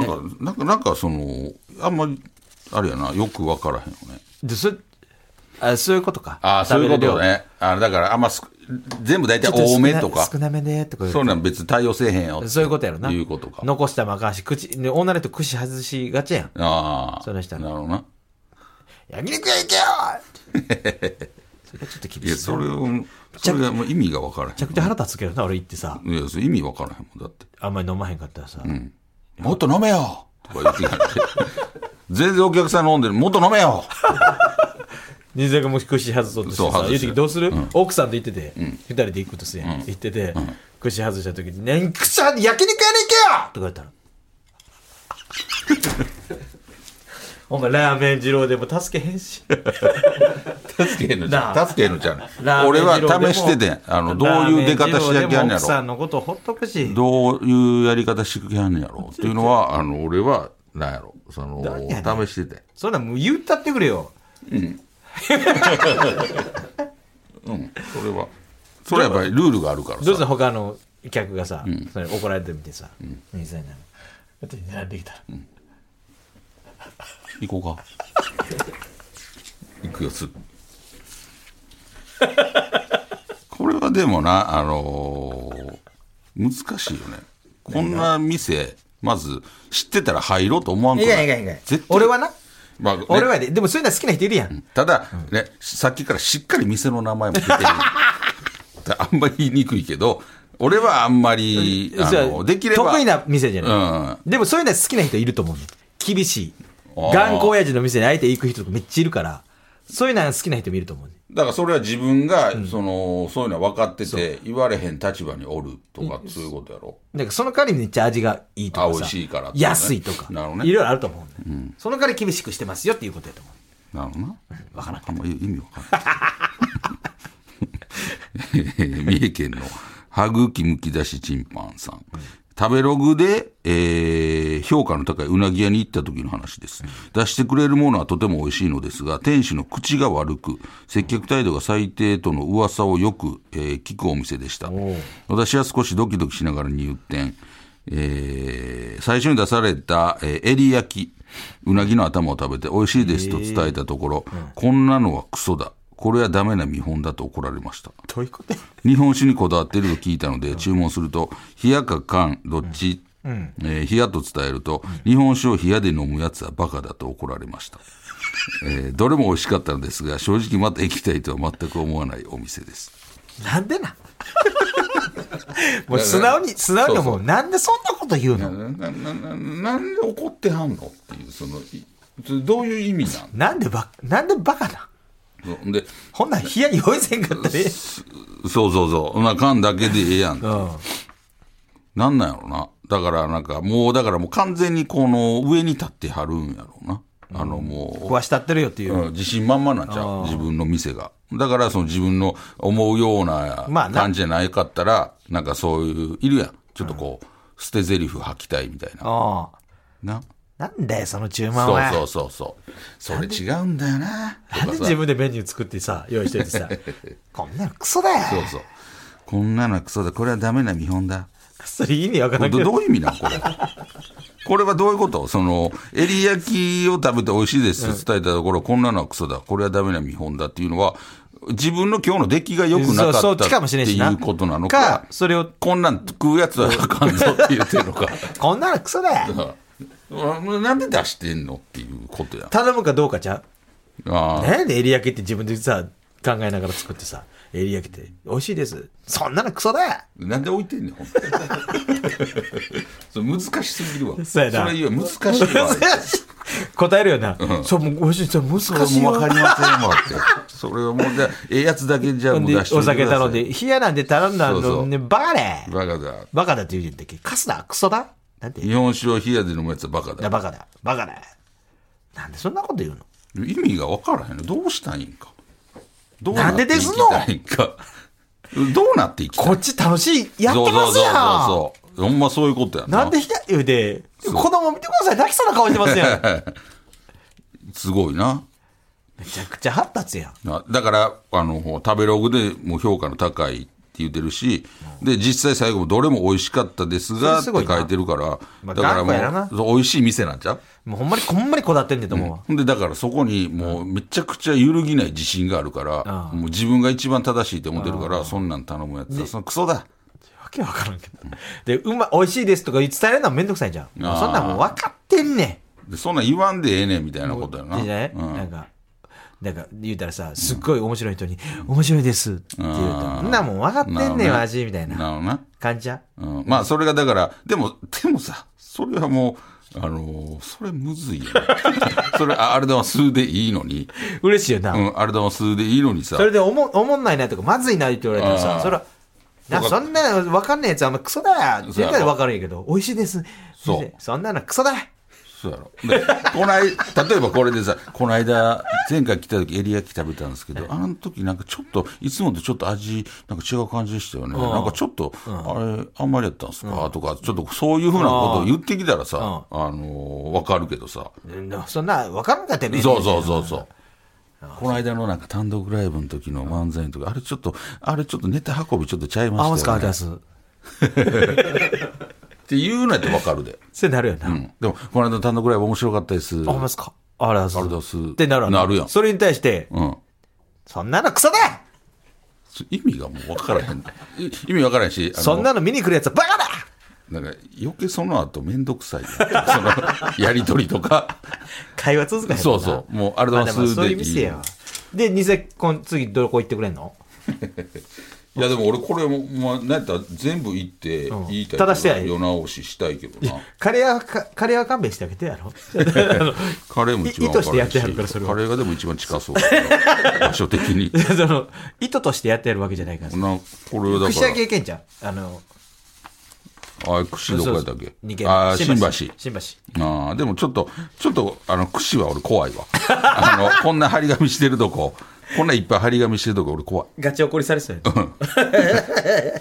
[SPEAKER 1] なんか、なんか、なんか、その、あんまり、あれやな、よくわからへんよね。
[SPEAKER 2] で、それ、あそういうことか。
[SPEAKER 1] ああ、そういうこ
[SPEAKER 2] 食べる
[SPEAKER 1] と
[SPEAKER 2] 量。
[SPEAKER 1] ね。あだから、あんま少、全部大体
[SPEAKER 2] ちょっ少
[SPEAKER 1] 多
[SPEAKER 2] な
[SPEAKER 1] めとか。
[SPEAKER 2] 少なめで、とか言う
[SPEAKER 1] そうなん別に対応せえへんよって。
[SPEAKER 2] そういうことやろな。
[SPEAKER 1] いうことか。
[SPEAKER 2] 残したまかんし、口、ね女の人口外しがちやん。
[SPEAKER 1] ああ。
[SPEAKER 2] その人
[SPEAKER 1] なるほどな。
[SPEAKER 2] 焼肉行けよそれがちょっと厳しいな。
[SPEAKER 1] いや、それを、それがもう意味がわからへん。
[SPEAKER 2] めちゃくちゃ腹立つけどな、俺行ってさ、
[SPEAKER 1] いや、それ意味わからへんもん。だって。
[SPEAKER 2] あんまり飲まへんかったらさ、
[SPEAKER 1] もっと飲めよとか言ってきて。 全然お客さん飲んでる。もっと飲めよ
[SPEAKER 2] 人生がもう串外そうとして
[SPEAKER 1] そう
[SPEAKER 2] さ、
[SPEAKER 1] 外
[SPEAKER 2] 言う
[SPEAKER 1] して
[SPEAKER 2] 時どうする、奥さんと行ってて、二、人で行くとすやん。行ってて、串外した時に、ねん、串外焼肉屋に行け よとか言ったら。お前ラーメン二郎でも助けへんし。
[SPEAKER 1] 助けへんのじ
[SPEAKER 2] な
[SPEAKER 1] ゃ
[SPEAKER 2] あ
[SPEAKER 1] ん。助けへんのじゃん
[SPEAKER 2] ラ。ーメ
[SPEAKER 1] 俺
[SPEAKER 2] ン
[SPEAKER 1] は
[SPEAKER 2] 二郎でも
[SPEAKER 1] 試しててん。あの、どういう出方しなきゃ
[SPEAKER 2] ラーメン二郎で
[SPEAKER 1] ん
[SPEAKER 2] も
[SPEAKER 1] や
[SPEAKER 2] 奥
[SPEAKER 1] ろ。
[SPEAKER 2] さんのことほっとくし。
[SPEAKER 1] どういうやり方してきはんねやろっていうのは、あの、俺は、なんやろ、その
[SPEAKER 2] 何やね、
[SPEAKER 1] 試してて。
[SPEAKER 2] そんなんもう言ったってくれよ。
[SPEAKER 1] うん、それは。それはやっぱりルールがあるから
[SPEAKER 2] どう
[SPEAKER 1] さ。
[SPEAKER 2] せ他の客がさ、それ怒られてみてさ、兄さんになる。私並んできたら。
[SPEAKER 1] 行こうか。行くよ、す ぐ。これはでもな、あのー難しいよね。こんな店、まず、知ってたら入ろうと思わん
[SPEAKER 2] い
[SPEAKER 1] く
[SPEAKER 2] や
[SPEAKER 1] ら
[SPEAKER 2] いやいやいや
[SPEAKER 1] 絶対。
[SPEAKER 2] 俺はな、
[SPEAKER 1] まあね
[SPEAKER 2] 俺はで、でもそういうのは好きな人いるやん。
[SPEAKER 1] ただ、ね、さっきからしっかり店の名前も出てる。 あんまり言いにくいけど、俺はあんまり、あ
[SPEAKER 2] そ
[SPEAKER 1] の
[SPEAKER 2] う
[SPEAKER 1] できれば。
[SPEAKER 2] 得意な店じゃ
[SPEAKER 1] う
[SPEAKER 2] ない。
[SPEAKER 1] ん。
[SPEAKER 2] でもそういうのは好きな人いると思うね厳しい。
[SPEAKER 1] あー
[SPEAKER 2] 頑固親父の店にあえて行く人とかめっちゃいるから、そういうのは好きな人もいると思うね
[SPEAKER 1] だからそれは自分が、その、そういうのは分かってて、言われへん立場におるとか、そういうことやろ。
[SPEAKER 2] なんかその代わりにめっちゃ味がいいとかさ。
[SPEAKER 1] あ美味しいからとかね
[SPEAKER 2] 安いとか。
[SPEAKER 1] なるほどね
[SPEAKER 2] いろいろあると思うねその代わり厳しくしてますよっていうことやと思う。
[SPEAKER 1] なるほどな。わからん。あんま意味わからんない。 三重県の歯茎むき出しチンパンさん。食べログで、えー評価の高いうなぎ屋に行った時の話です。出してくれるものはとても美味しいのですが、店主の口が悪く、接客態度が最低との噂をよく、えー聞くお店でした。私は少しドキドキしながら入店。えー最初に出された、えー、襟焼き、うなぎの頭を食べて美味しいですと伝えたところ、こんなのはクソだ。これはダメな見本だと怒られました。
[SPEAKER 2] どういうこと
[SPEAKER 1] 日本酒にこだわっていると聞いたので、注文すると、冷やか缶、どっち、えー冷やと伝えると、日本酒を冷やで飲むやつはバカだと怒られま した。えーどれも美味しかったのですが、正直また行きたいとは全く思わないお店です。
[SPEAKER 2] なんで なもう素直に、素直に思う。なんでそんなこと言うの
[SPEAKER 1] なななななんで怒ってはんのっていう、その、いそれどういう意味なん
[SPEAKER 2] なんでば、なんでバカな
[SPEAKER 1] そうで、
[SPEAKER 2] ほんなん冷やに用意せんかったで。
[SPEAKER 1] そうそうそう、な缶だけでええやん。
[SPEAKER 2] うん。
[SPEAKER 1] なんなんやろな。だからなんか、もうだからもう完全にこの上に立ってはるんやろうな。あのも、
[SPEAKER 2] 壊したってるよっていうう。
[SPEAKER 1] うん自信満々なんちゃう自分の店が。だからその自分の思うような
[SPEAKER 2] まあな
[SPEAKER 1] 感じじゃないかったら、なんかそういう、いるやん。ちょっとこう、捨て台詞吐きたいみたいな。
[SPEAKER 2] ああ。
[SPEAKER 1] な。
[SPEAKER 2] なんだよ、その注文
[SPEAKER 1] そう
[SPEAKER 2] は。
[SPEAKER 1] そうそうそう。それ違うんだよな。と
[SPEAKER 2] なん
[SPEAKER 1] か
[SPEAKER 2] で
[SPEAKER 1] さ
[SPEAKER 2] 自分でメニュー作ってさ、用意してて さ、こんなのクソだよ。
[SPEAKER 1] そうそう。こんなのはクソだ。これはダメな見本だ。
[SPEAKER 2] それ意味わからんけ
[SPEAKER 1] ど
[SPEAKER 2] ど。
[SPEAKER 1] どういう意味なんこれ。これはどういうことその、エリ焼きを食べて美味しいですって伝えたところ、こんなのはクソだ。これはダメな見本だっていうのは、自分の今日の出来が良くなかった
[SPEAKER 2] そうそうかも
[SPEAKER 1] っ
[SPEAKER 2] してれんし
[SPEAKER 1] い
[SPEAKER 2] な
[SPEAKER 1] うことなのか、
[SPEAKER 2] か、それを、
[SPEAKER 1] こんなん食うやつはあかんぞって言ってるのか。
[SPEAKER 2] こんなのクソだよ。
[SPEAKER 1] うんなんで出してんのっていうことや。
[SPEAKER 2] 頼むかどうかじゃ
[SPEAKER 1] あー
[SPEAKER 2] う。なんでエリ焼きって自分でさ、考えながら作ってさ、襟焼きって、美味しいです。そんなのクソだ
[SPEAKER 1] なんで置いてんねん、ほん とそれ難しすぎるわ。
[SPEAKER 2] そうやな
[SPEAKER 1] れいや、難しいわ。
[SPEAKER 2] 答えるよな。そう、もう美味しい。それ難しい
[SPEAKER 1] もう
[SPEAKER 2] わ
[SPEAKER 1] 分かりませんわって。それはもう、じゃあええやつだけじゃあもう
[SPEAKER 2] で
[SPEAKER 1] 出して
[SPEAKER 2] お酒頼んで、
[SPEAKER 1] くだ
[SPEAKER 2] 冷やなんて頼んだ
[SPEAKER 1] そうそ
[SPEAKER 2] の
[SPEAKER 1] う
[SPEAKER 2] ね、バカだ
[SPEAKER 1] さい。バカだ。
[SPEAKER 2] バカだって言うんだっけカスだクソだなんて
[SPEAKER 1] 日本酒を冷やで飲むやつはバカだ
[SPEAKER 2] だ。バカだバカだなんでそんなこと言うの
[SPEAKER 1] 意味が分からへんのどうしたいんか。どう
[SPEAKER 2] なんでですの
[SPEAKER 1] なっていきたいんか。どうなっていきたい
[SPEAKER 2] こっち楽しい、やってますやん
[SPEAKER 1] そうそうそうそう。ほんまそういうことや
[SPEAKER 2] なんで冷や言うて、子供見てください、泣きそうな顔してますや ん。
[SPEAKER 1] すごいな。
[SPEAKER 2] めちゃくちゃ発達やん。
[SPEAKER 1] なだから、あの、食べログでも評価の高いって言ってるし、で、実際最後もどれも美味しかったですがっ
[SPEAKER 2] そ
[SPEAKER 1] て
[SPEAKER 2] れすご
[SPEAKER 1] 書
[SPEAKER 2] いない
[SPEAKER 1] てるから、
[SPEAKER 2] ま
[SPEAKER 1] だ
[SPEAKER 2] あ
[SPEAKER 1] から
[SPEAKER 2] 頑固やな
[SPEAKER 1] もう、美味しい店なんちゃう
[SPEAKER 2] もうほんまに、ほんまにこだわってんねんと思うわ。
[SPEAKER 1] ほんで、だからそこにもうめちゃくちゃ揺るぎない自信があるから、もう自分が一番正しいと思ってるから、そんなん頼むやつだ、そのクソだ。
[SPEAKER 2] わけわからんけど。で、うま、美味しいですとか伝えるのはめんどくさいじゃん。もう
[SPEAKER 1] あー
[SPEAKER 2] そんなんもう分かってんね
[SPEAKER 1] でそんなん言わんでええねんみたいなことや
[SPEAKER 2] ん。
[SPEAKER 1] な。
[SPEAKER 2] いいじゃない、
[SPEAKER 1] うん
[SPEAKER 2] なんか、なんか言うたらさ、すっごい面白い人に、面白いですって言うたら、そんなんもう分かってんねん、わし、みたい
[SPEAKER 1] な
[SPEAKER 2] な
[SPEAKER 1] るほどな。
[SPEAKER 2] 感じじゃん。
[SPEAKER 1] うん、まあ、それがだから、でも、でもさ、それはもう、あのーそれむずいよね。 それ、ああれだわ、数でいいのに。
[SPEAKER 2] 嬉しいよな。
[SPEAKER 1] うん、あれだわ、数でいいのにさ
[SPEAKER 2] そ。れでおも、おもんないなとか、まずいなって言われたら
[SPEAKER 1] あ
[SPEAKER 2] さ、
[SPEAKER 1] ー
[SPEAKER 2] それは、なそんな分かんないやつはお前クソだよって言ったら分かるんやけど、美味しいです。
[SPEAKER 1] そう
[SPEAKER 2] 先生そんなのクソだ
[SPEAKER 1] そうやろ。で、こない、例えばこれでさ、この間、前回来た時、エリヤキ食べたんですけど、あの時なんかちょっと、いつもとちょっと味、なんか違う感じでしたよね。なんかちょっと、あれ、あんまりやったんですかとか、ちょっとそういうふうなことを言ってきたらさ、あのーわかるけどさ。
[SPEAKER 2] うんそんな分かるんだってね。
[SPEAKER 1] そうそうそうそう。この間のなんか単独ライブの時の漫才の時、あれちょっと、あれちょっとネタ運びちょっとちゃいま
[SPEAKER 2] あ、お
[SPEAKER 1] し
[SPEAKER 2] す
[SPEAKER 1] た
[SPEAKER 2] か、
[SPEAKER 1] よ、ね。
[SPEAKER 2] 出
[SPEAKER 1] っ
[SPEAKER 2] す。
[SPEAKER 1] て言うなってわかるで。
[SPEAKER 2] そうなるよな。
[SPEAKER 1] うん。でも、この間の単独ライブ面白かったです。
[SPEAKER 2] あ、ほんまっすか。あらす。
[SPEAKER 1] あれです
[SPEAKER 2] ってなるわ
[SPEAKER 1] なるやん
[SPEAKER 2] それに対して、
[SPEAKER 1] うん。
[SPEAKER 2] そんなのクソだ
[SPEAKER 1] そ意味がもう分からへん。い意味分からへんし、あの
[SPEAKER 2] そんなの見に来るやつはバカだ
[SPEAKER 1] なんか余計その後めんどくさいやん。その、やりとりと か。
[SPEAKER 2] 会話続かへんもん
[SPEAKER 1] そ
[SPEAKER 2] な
[SPEAKER 1] うそう。もう、あれ
[SPEAKER 2] まあ
[SPEAKER 1] だ
[SPEAKER 2] で
[SPEAKER 1] す
[SPEAKER 2] もそういう
[SPEAKER 1] でいい。
[SPEAKER 2] 店
[SPEAKER 1] い
[SPEAKER 2] やわで、ニセコン、次どこ行ってくれんの
[SPEAKER 1] や、でも俺これも、まあ、なんやったら全部言って、
[SPEAKER 2] ん
[SPEAKER 1] 言いたいけど。
[SPEAKER 2] 正してや
[SPEAKER 1] 世直ししたいけどな。
[SPEAKER 2] カレーはか、カレーは勘弁してあげて やろ。あの
[SPEAKER 1] カレーも一番
[SPEAKER 2] い意図してやってはるからそれは
[SPEAKER 1] カレーがでも一番近そうだな 場所的に
[SPEAKER 2] その、意図としてやってやるわけじゃないからさ。
[SPEAKER 1] なこれをだ
[SPEAKER 2] 串揚げ
[SPEAKER 1] か
[SPEAKER 2] いけんじゃん。あの、
[SPEAKER 1] らあ串どこやったっけ
[SPEAKER 2] 2軒目
[SPEAKER 1] あー新橋
[SPEAKER 2] 新橋。
[SPEAKER 1] ああでもちょっとちょっとあの串は俺怖いわ あのこんな張り紙してるとここんないっぱい張り紙してるとこ俺怖い
[SPEAKER 2] ガチ怒りされそうやな。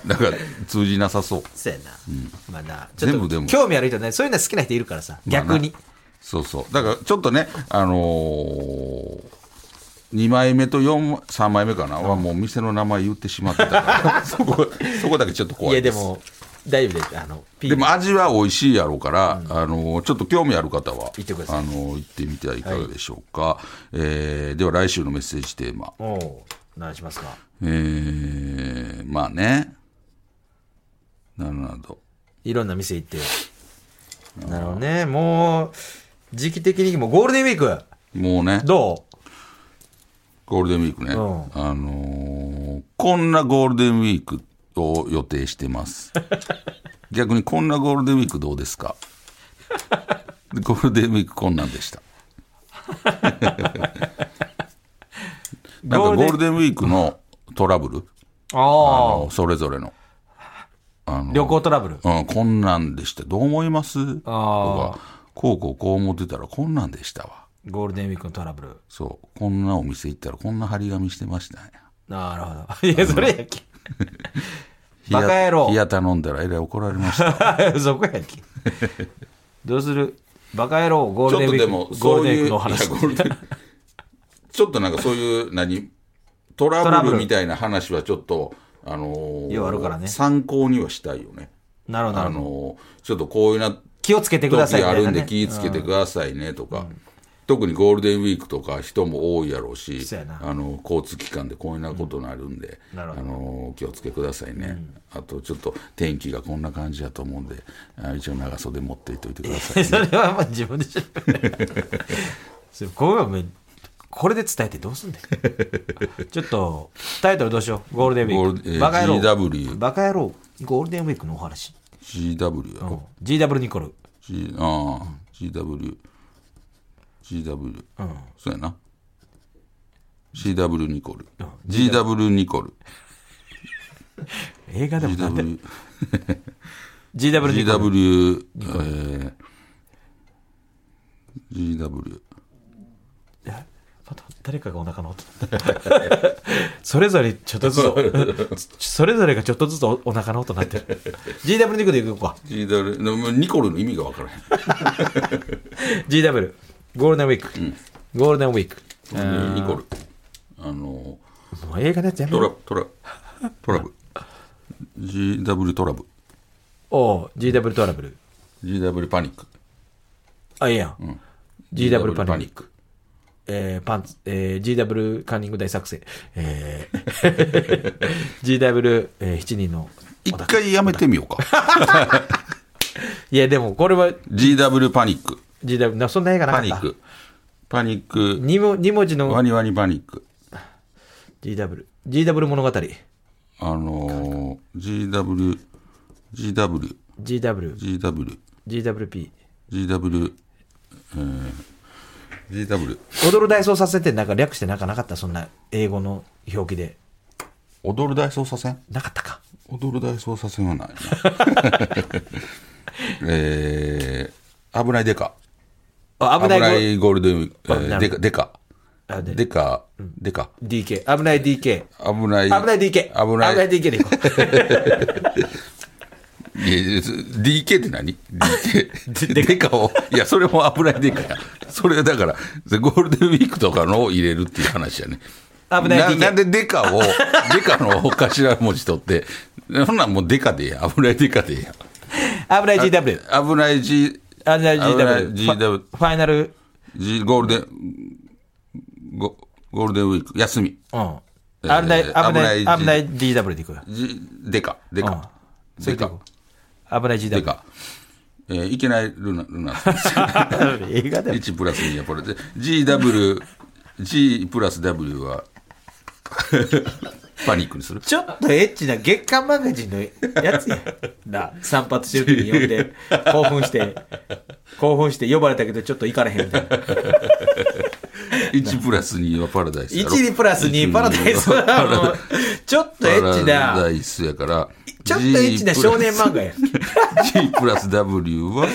[SPEAKER 1] だから通じなさそう
[SPEAKER 2] そうやな。まあな、ちょ
[SPEAKER 1] 全
[SPEAKER 2] っ
[SPEAKER 1] 部で
[SPEAKER 2] と
[SPEAKER 1] も
[SPEAKER 2] 興味ある人ね、そういうの好きな人いるからさ、逆に
[SPEAKER 1] まあ。なそうそうだからちょっとねあのー2枚目と3枚目かなはもう店の名前言ってしまってたから そこそこだけちょっと怖
[SPEAKER 2] いや
[SPEAKER 1] い
[SPEAKER 2] ですも、大丈夫です。あの、ピ
[SPEAKER 1] でも味は美味しいやろうから、あのちょっと興味ある方は
[SPEAKER 2] 行ってください
[SPEAKER 1] あの行ってみてはいかがでしょうか、えーでは来週のメッセージテーマ
[SPEAKER 2] おおう何しますか
[SPEAKER 1] えー、まあねなるほど
[SPEAKER 2] いろんな店行って。なるほどね。もう、時期的にもうゴールデンウィーク、
[SPEAKER 1] もうね
[SPEAKER 2] ど
[SPEAKER 1] ゴールデンウィークね、
[SPEAKER 2] う
[SPEAKER 1] あのーこんなゴールデンウィークを予定してます 逆にこんなゴールデンウィークどうですかゴールデンウィークこんなんでした
[SPEAKER 2] う
[SPEAKER 1] なんかゴール
[SPEAKER 2] ン。
[SPEAKER 1] デンウィークのトラブルあ
[SPEAKER 2] あ
[SPEAKER 1] のそれぞれのあの
[SPEAKER 2] あ、旅行トラブル。
[SPEAKER 1] うん、こんなんでしたどう思いますと
[SPEAKER 2] あ
[SPEAKER 1] かこうこうこう思ってたらこんなんでしたわ
[SPEAKER 2] ゴールデンウィークのトラブル。
[SPEAKER 1] そうこんなお店行ったらこんな張り紙してましたね
[SPEAKER 2] なるほど。 いや、それやき。バカ野
[SPEAKER 1] 冷
[SPEAKER 2] 郎。
[SPEAKER 1] や頼んだらえらい怒られました
[SPEAKER 2] そこやき。どうするバカ野郎、ゴー
[SPEAKER 1] ち
[SPEAKER 2] ル
[SPEAKER 1] ょ
[SPEAKER 2] デ
[SPEAKER 1] っとで
[SPEAKER 2] ンウィー
[SPEAKER 1] も
[SPEAKER 2] ク、ゴー
[SPEAKER 1] そ
[SPEAKER 2] ル
[SPEAKER 1] う
[SPEAKER 2] デン
[SPEAKER 1] いう
[SPEAKER 2] ウィークの
[SPEAKER 1] いや
[SPEAKER 2] お話。
[SPEAKER 1] ゴールデン ちょっとなんかそういう何ト
[SPEAKER 2] トラ
[SPEAKER 1] ラ
[SPEAKER 2] ブ
[SPEAKER 1] ブ
[SPEAKER 2] ル
[SPEAKER 1] ルみたいな話はちょっとあのー
[SPEAKER 2] ようあるからね
[SPEAKER 1] 参考にはしたいよね
[SPEAKER 2] なるほど、な
[SPEAKER 1] あ
[SPEAKER 2] るほど。
[SPEAKER 1] のーちょっとこういうな
[SPEAKER 2] 気をつけてください
[SPEAKER 1] 時
[SPEAKER 2] み
[SPEAKER 1] あ
[SPEAKER 2] たい
[SPEAKER 1] る
[SPEAKER 2] なん
[SPEAKER 1] で
[SPEAKER 2] ね。
[SPEAKER 1] 気ぃつけてくださいねとか、特にゴールデンウィークとか人も多いやろうし
[SPEAKER 2] そうやな
[SPEAKER 1] あの交通機関でこんなことになるんで、
[SPEAKER 2] なるほ
[SPEAKER 1] あのお気をつけくださいね、あとちょっと天気がこんな感じやと思うんであ一応長袖持 っていっといてください、
[SPEAKER 2] それはもう自分でしょ。それこれはもうこれで伝えてどうすんねん ちょっとタイトルどうしようゴールデンウィ
[SPEAKER 1] ゴ
[SPEAKER 2] ー
[SPEAKER 1] ー
[SPEAKER 2] ク
[SPEAKER 1] ルえー
[SPEAKER 2] バカ野郎
[SPEAKER 1] GW
[SPEAKER 2] バカ野郎ゴールデンウィークのお話
[SPEAKER 1] GW や
[SPEAKER 2] うん
[SPEAKER 1] ろ、
[SPEAKER 2] GW ニコル
[SPEAKER 1] G ああ GW GW そうやな CW ニコル GW ニコル
[SPEAKER 2] 映画でもなんで
[SPEAKER 1] GW
[SPEAKER 2] GW ニコル
[SPEAKER 1] GW えー GW
[SPEAKER 2] また誰かがお腹の 音それぞれちょっとずつそれぞれがちょっとずつおお腹の音になってる GW ニコルでいこうか
[SPEAKER 1] GW でもニコルの意味が分からへん
[SPEAKER 2] GW ゴールデンウィーク、ゴールデンウィーク
[SPEAKER 1] ニコルあの
[SPEAKER 2] もう映画のやつやめ
[SPEAKER 1] トラ
[SPEAKER 2] ろ
[SPEAKER 1] ブトラブトラブ GW トラブ
[SPEAKER 2] おう GW トラブル
[SPEAKER 1] GW パニック
[SPEAKER 2] あいいやん、GW パニック
[SPEAKER 1] ク
[SPEAKER 2] えーパンツ、えー GW カンニング大作戦、えー GW7 人の、
[SPEAKER 1] 一回やめてみようか
[SPEAKER 2] いや、でもこれは
[SPEAKER 1] GW パニック
[SPEAKER 2] GW、なそんな映画なか
[SPEAKER 1] パ
[SPEAKER 2] った。
[SPEAKER 1] ニックパニック
[SPEAKER 2] 二文二文字
[SPEAKER 1] ワ
[SPEAKER 2] の
[SPEAKER 1] ニワニパニック
[SPEAKER 2] GW、GW 物語、
[SPEAKER 1] あのー GW GW
[SPEAKER 2] GW、
[SPEAKER 1] GW
[SPEAKER 2] GWP、
[SPEAKER 1] GW えー GW
[SPEAKER 2] 踊る大捜査線ってなんか略してなんかなかった、そんな英語の表記で。
[SPEAKER 1] 踊る大捜査線
[SPEAKER 2] なかったか。
[SPEAKER 1] 踊る大捜査線はないなえー、危ないデカ
[SPEAKER 2] あ危
[SPEAKER 1] 危
[SPEAKER 2] ない
[SPEAKER 1] な
[SPEAKER 2] ゴ
[SPEAKER 1] いゴールデンウィーク、え
[SPEAKER 2] 危
[SPEAKER 1] ー
[SPEAKER 2] ない
[SPEAKER 1] デカデカ
[SPEAKER 2] あで
[SPEAKER 1] デカデカ
[SPEAKER 2] DK、危ない DK。
[SPEAKER 1] 危ない
[SPEAKER 2] 危ない DK。
[SPEAKER 1] 危ない
[SPEAKER 2] 危ない DK でいこ
[SPEAKER 1] いやいやそ DK って何 ?DK。デカを、いや、それも危ないデカや。それだから、ゴールデンウィークとかのを入れるっていう話やね。
[SPEAKER 2] 危ない
[SPEAKER 1] な
[SPEAKER 2] DK
[SPEAKER 1] なんでデカを、デカの頭文字取って、そんなんもうデカでええやん。危ないデカでええ
[SPEAKER 2] う。危ない GW。
[SPEAKER 1] やん。危ない G、
[SPEAKER 2] あじゃあ
[SPEAKER 1] 危ない
[SPEAKER 2] GW。フ
[SPEAKER 1] GW
[SPEAKER 2] ァファイナル、
[SPEAKER 1] G ゴールデン、ゴゴールデンウィーク、休み。
[SPEAKER 2] うん。危
[SPEAKER 1] ー
[SPEAKER 2] ない、危ない、
[SPEAKER 1] 危ない
[SPEAKER 2] 危ない GW でいくよ。
[SPEAKER 1] G、デカ、デカ。
[SPEAKER 2] うん
[SPEAKER 1] デカ、
[SPEAKER 2] 危ない
[SPEAKER 1] デ
[SPEAKER 2] GW。
[SPEAKER 1] カ。えーいけないルナ、ルナ さん。
[SPEAKER 2] 映画でも。
[SPEAKER 1] 1プラス2はこれで GW G プラス W は パニックにする
[SPEAKER 2] ちょっとエッチな月刊マガジンのやつや。な、散髪してる時に呼んで、興奮して、興奮して呼ばれたけどちょっと行かれへんみたいな。
[SPEAKER 1] 1プラス2はパラダイスやろ
[SPEAKER 2] 1プラス2パラダイスはもう、ちょっとエッチ
[SPEAKER 1] パラダ
[SPEAKER 2] な、
[SPEAKER 1] イスやから
[SPEAKER 2] ちょっとエッチな少年漫画や。
[SPEAKER 1] G プラス W は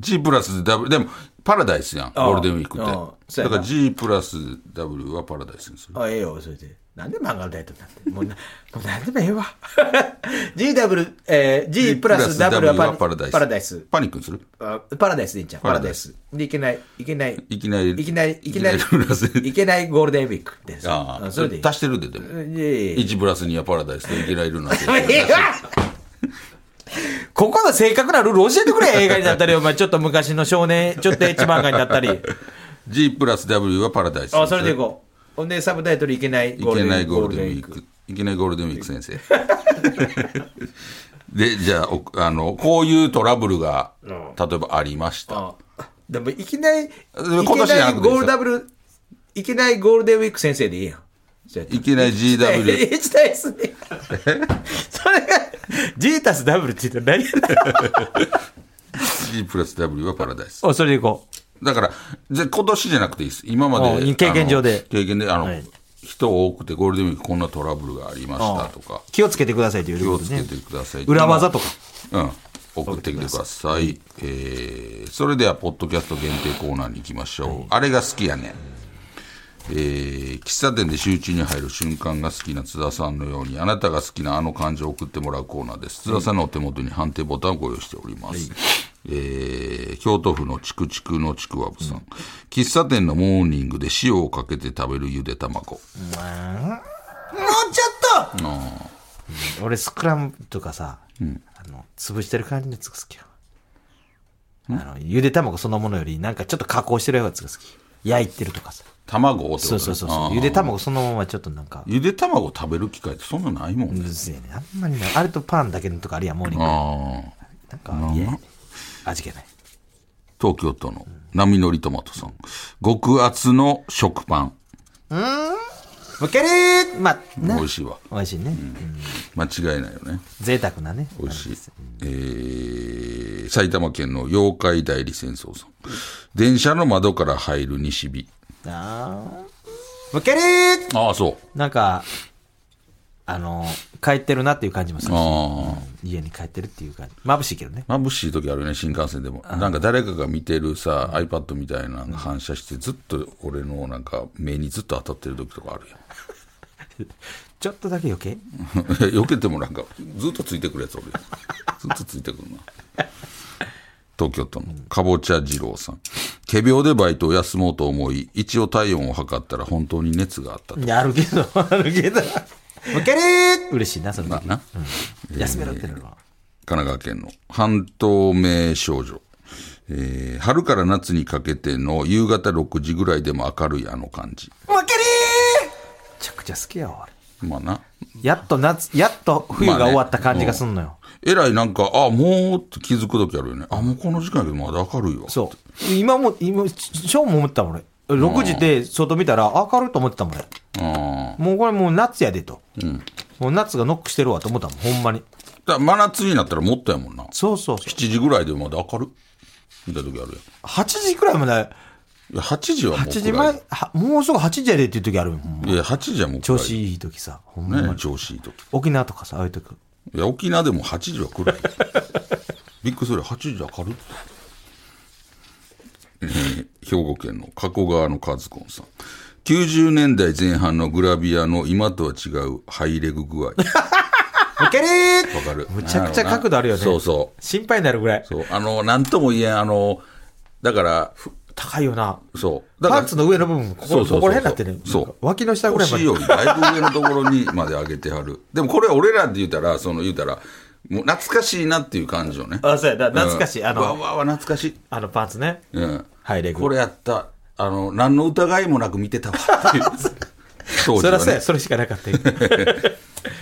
[SPEAKER 1] G プラス W でもパラダイスやん
[SPEAKER 2] ああ
[SPEAKER 1] ゴールデンウィーク
[SPEAKER 2] ああ
[SPEAKER 1] って
[SPEAKER 2] そう
[SPEAKER 1] だ
[SPEAKER 2] やな
[SPEAKER 1] から G プラス W はパラダイスにする
[SPEAKER 2] あ、ええよ、それで。なんで漫画のタイトルなんて。もうな、もうなんでもええわ。GW、えー、G プラス W はパラダイス。パラダイス。
[SPEAKER 1] パニックにする
[SPEAKER 2] あパラダイスでいいんちゃうパラダイス。で、いけない、いけない、
[SPEAKER 1] いきなり
[SPEAKER 2] いけない、いけない
[SPEAKER 1] いきなりプラス、
[SPEAKER 2] いけないゴールデンウィークです。
[SPEAKER 1] ああ
[SPEAKER 2] それでいい。
[SPEAKER 1] 足してるででも
[SPEAKER 2] いやいやいや
[SPEAKER 1] 1プラス2はパラダイスといけないルナって
[SPEAKER 2] ええわ ここの正確なルール教えてくれ映画になったり、お前ちょっと昔の少年、ちょっとエッチ漫画になっ たり。
[SPEAKER 1] G プラス W はパラダイス。
[SPEAKER 2] あ、それでいこう。ほんで、サブタイトルいけない
[SPEAKER 1] い
[SPEAKER 2] ゴー
[SPEAKER 1] け
[SPEAKER 2] ル
[SPEAKER 1] な
[SPEAKER 2] デ
[SPEAKER 1] い
[SPEAKER 2] ン
[SPEAKER 1] ゴールデンウィー
[SPEAKER 2] ゴ
[SPEAKER 1] ク。いけないゴールデンウィーク先生。 で、じゃあ、おあの、こういうトラブルが、例えばありました。
[SPEAKER 2] あでも、いけない、いけ
[SPEAKER 1] 今年じゃ
[SPEAKER 2] な
[SPEAKER 1] ないくていいですよ
[SPEAKER 2] ゴールダブル、いけないゴールデンウィーク先生でいいやん。そうやって
[SPEAKER 1] いけない GW。
[SPEAKER 2] え一対数 ね。それが、G たす W って言ったら何やねん
[SPEAKER 1] G プラス W はパラダイ ス。
[SPEAKER 2] おそれでいこう。
[SPEAKER 1] だから、じゃあ今年じゃなくていいです。今ま
[SPEAKER 2] あ
[SPEAKER 1] で。
[SPEAKER 2] あ経験上で
[SPEAKER 1] あの経験で、あの、
[SPEAKER 2] はい
[SPEAKER 1] 人多くてゴールデンウィークこんなトラブルがありましたとか、
[SPEAKER 2] 気をつけてくださいという
[SPEAKER 1] 気
[SPEAKER 2] こ
[SPEAKER 1] を
[SPEAKER 2] と
[SPEAKER 1] つ
[SPEAKER 2] で
[SPEAKER 1] け
[SPEAKER 2] ね
[SPEAKER 1] てください。
[SPEAKER 2] 裏技とか。
[SPEAKER 1] うん、送ってきてください。えーそれでは、ポッドキャスト限定コーナーに行きましょう。あれが好きやねん。えー喫茶店で集中に入る瞬間が好きな津田さんのようにあなたが好きなあの漢字を送ってもらうコーナーです津田さんのお手元に判定ボタンをご用意しております、えー京都府のちくちくのちくわぶさん、喫茶店のモーニングで塩をかけて食べるゆで卵、
[SPEAKER 2] もうちょっと俺スクラムとかさ、あの潰してる感じのやつが好きよあのゆで卵そのものよりなんかちょっと加工してるやつが好き焼いてるとかさ
[SPEAKER 1] 卵をってこと
[SPEAKER 2] そうそうそう
[SPEAKER 1] あ
[SPEAKER 2] そう
[SPEAKER 1] ー
[SPEAKER 2] ゆで卵そのままちょっとなんか
[SPEAKER 1] ゆで卵食べる機会ってそんなないもん
[SPEAKER 2] う
[SPEAKER 1] ね、
[SPEAKER 2] るせえねあんまりないあれとパンだけのとかあるやんモーニング
[SPEAKER 1] ああ
[SPEAKER 2] なんかいや味気ない
[SPEAKER 1] 東京都の波乗りトマトさん。極厚の食パン。
[SPEAKER 2] うん。むけるーまあ、
[SPEAKER 1] 美味しいわ。
[SPEAKER 2] 美味しいね。
[SPEAKER 1] 間違いないよね。
[SPEAKER 2] 贅沢なね。
[SPEAKER 1] 美味しい。えー、埼玉県の妖怪代理戦争さん。電車の窓から入る西日。
[SPEAKER 2] あー。むけるー
[SPEAKER 1] ああ、そう。
[SPEAKER 2] なんか、あの、帰ってるなっていう感じもするし、
[SPEAKER 1] あ
[SPEAKER 2] 家に帰ってるっていう感じ。眩しいけどね。
[SPEAKER 1] 眩しい時あるよね、新幹線でも。なんか誰かが見てるさ、iPad みたいなのが反射して、ずっと俺のなんか目にずっと当たってる時とかあるよ。
[SPEAKER 2] ちょっとだけ余計
[SPEAKER 1] 避けてもなんか、ずっとついてくるやつおるよ。ずっとついてくるな。東京都のかぼちゃ二郎さん。仮病でバイトを休もうと思い、一応体温を測ったら本当に熱があったと。
[SPEAKER 2] いやあるけど、 あるけど。むけるー嬉しいな、その
[SPEAKER 1] まあ
[SPEAKER 2] 時。
[SPEAKER 1] な。
[SPEAKER 2] 休めろってなるわ。
[SPEAKER 1] 神奈川県の半透明少女。えー春から夏にかけての夕方6時ぐらいでも明るいあの感じ。
[SPEAKER 2] むけるーめちゃくちゃ好きやわ、俺。
[SPEAKER 1] まあな。
[SPEAKER 2] やっと夏、やっと冬が終わった感じがすんのよ。
[SPEAKER 1] えらいなんか、あ、もうって気づくときあるよね。あ、もうこの時間やけどまだ明るいわ。
[SPEAKER 2] そう。今も、今、ショーも思ったもん、俺。6時で外見たら明るいと思ってたもん、俺。
[SPEAKER 1] あ
[SPEAKER 2] もうこれもう夏やでと。もう夏がノックしてるわと思ったもん、ほんまに。
[SPEAKER 1] ーだから真夏になったらもったやもんな。
[SPEAKER 2] そうそうそう。
[SPEAKER 1] 7時ぐらいでまだ明るい。みたいなときあるやん。い
[SPEAKER 2] 8時くらいまで、
[SPEAKER 1] や、8時はもう暗い。
[SPEAKER 2] 8時前、はもうすぐ8時やでっていう時あるもん。
[SPEAKER 1] いや、8時はもう暗
[SPEAKER 2] 調
[SPEAKER 1] い。
[SPEAKER 2] 子いい時さ、ほんまに。
[SPEAKER 1] ね、調子いいとき。
[SPEAKER 2] 沖縄とかさ、ああいう時。
[SPEAKER 1] いや、沖縄でも8時は来る。びっくりするよ、8時明るい。えー兵庫県の加古川の和子さん。90年代前半のグラビアの今とは違うハイレグ具合。わ
[SPEAKER 2] むけるー
[SPEAKER 1] かる。
[SPEAKER 2] むちゃくちゃ角度あるよね
[SPEAKER 1] そうそう。
[SPEAKER 2] 心配になるぐらい。
[SPEAKER 1] そう。あの、なんとも言えん、あの、だから、ふ
[SPEAKER 2] 高いよな。
[SPEAKER 1] そう。だか
[SPEAKER 2] パ
[SPEAKER 1] ら
[SPEAKER 2] ンツの上の部分、こ
[SPEAKER 1] そうそ
[SPEAKER 2] こ、
[SPEAKER 1] うそう
[SPEAKER 2] ここら辺になってね。
[SPEAKER 1] そう
[SPEAKER 2] なんか脇の下ぐらいま
[SPEAKER 1] 腰
[SPEAKER 2] で。
[SPEAKER 1] よりだいぶ上のところにまで上げてはる。 でもこれ俺らで言うたら、その言うたら、もう懐かしいなっていう感じよね。
[SPEAKER 2] あ、そうや、だ懐かし
[SPEAKER 1] う
[SPEAKER 2] い。
[SPEAKER 1] ん
[SPEAKER 2] あ
[SPEAKER 1] わ
[SPEAKER 2] の、
[SPEAKER 1] わわ、懐かしい。
[SPEAKER 2] あのパンツね。
[SPEAKER 1] うん。
[SPEAKER 2] はいレグ
[SPEAKER 1] これやった。あの、何の疑いもなく見てたわって いう。当時
[SPEAKER 2] そりゃ
[SPEAKER 1] は
[SPEAKER 2] そうや、
[SPEAKER 1] ね。
[SPEAKER 2] それしかな かったよ。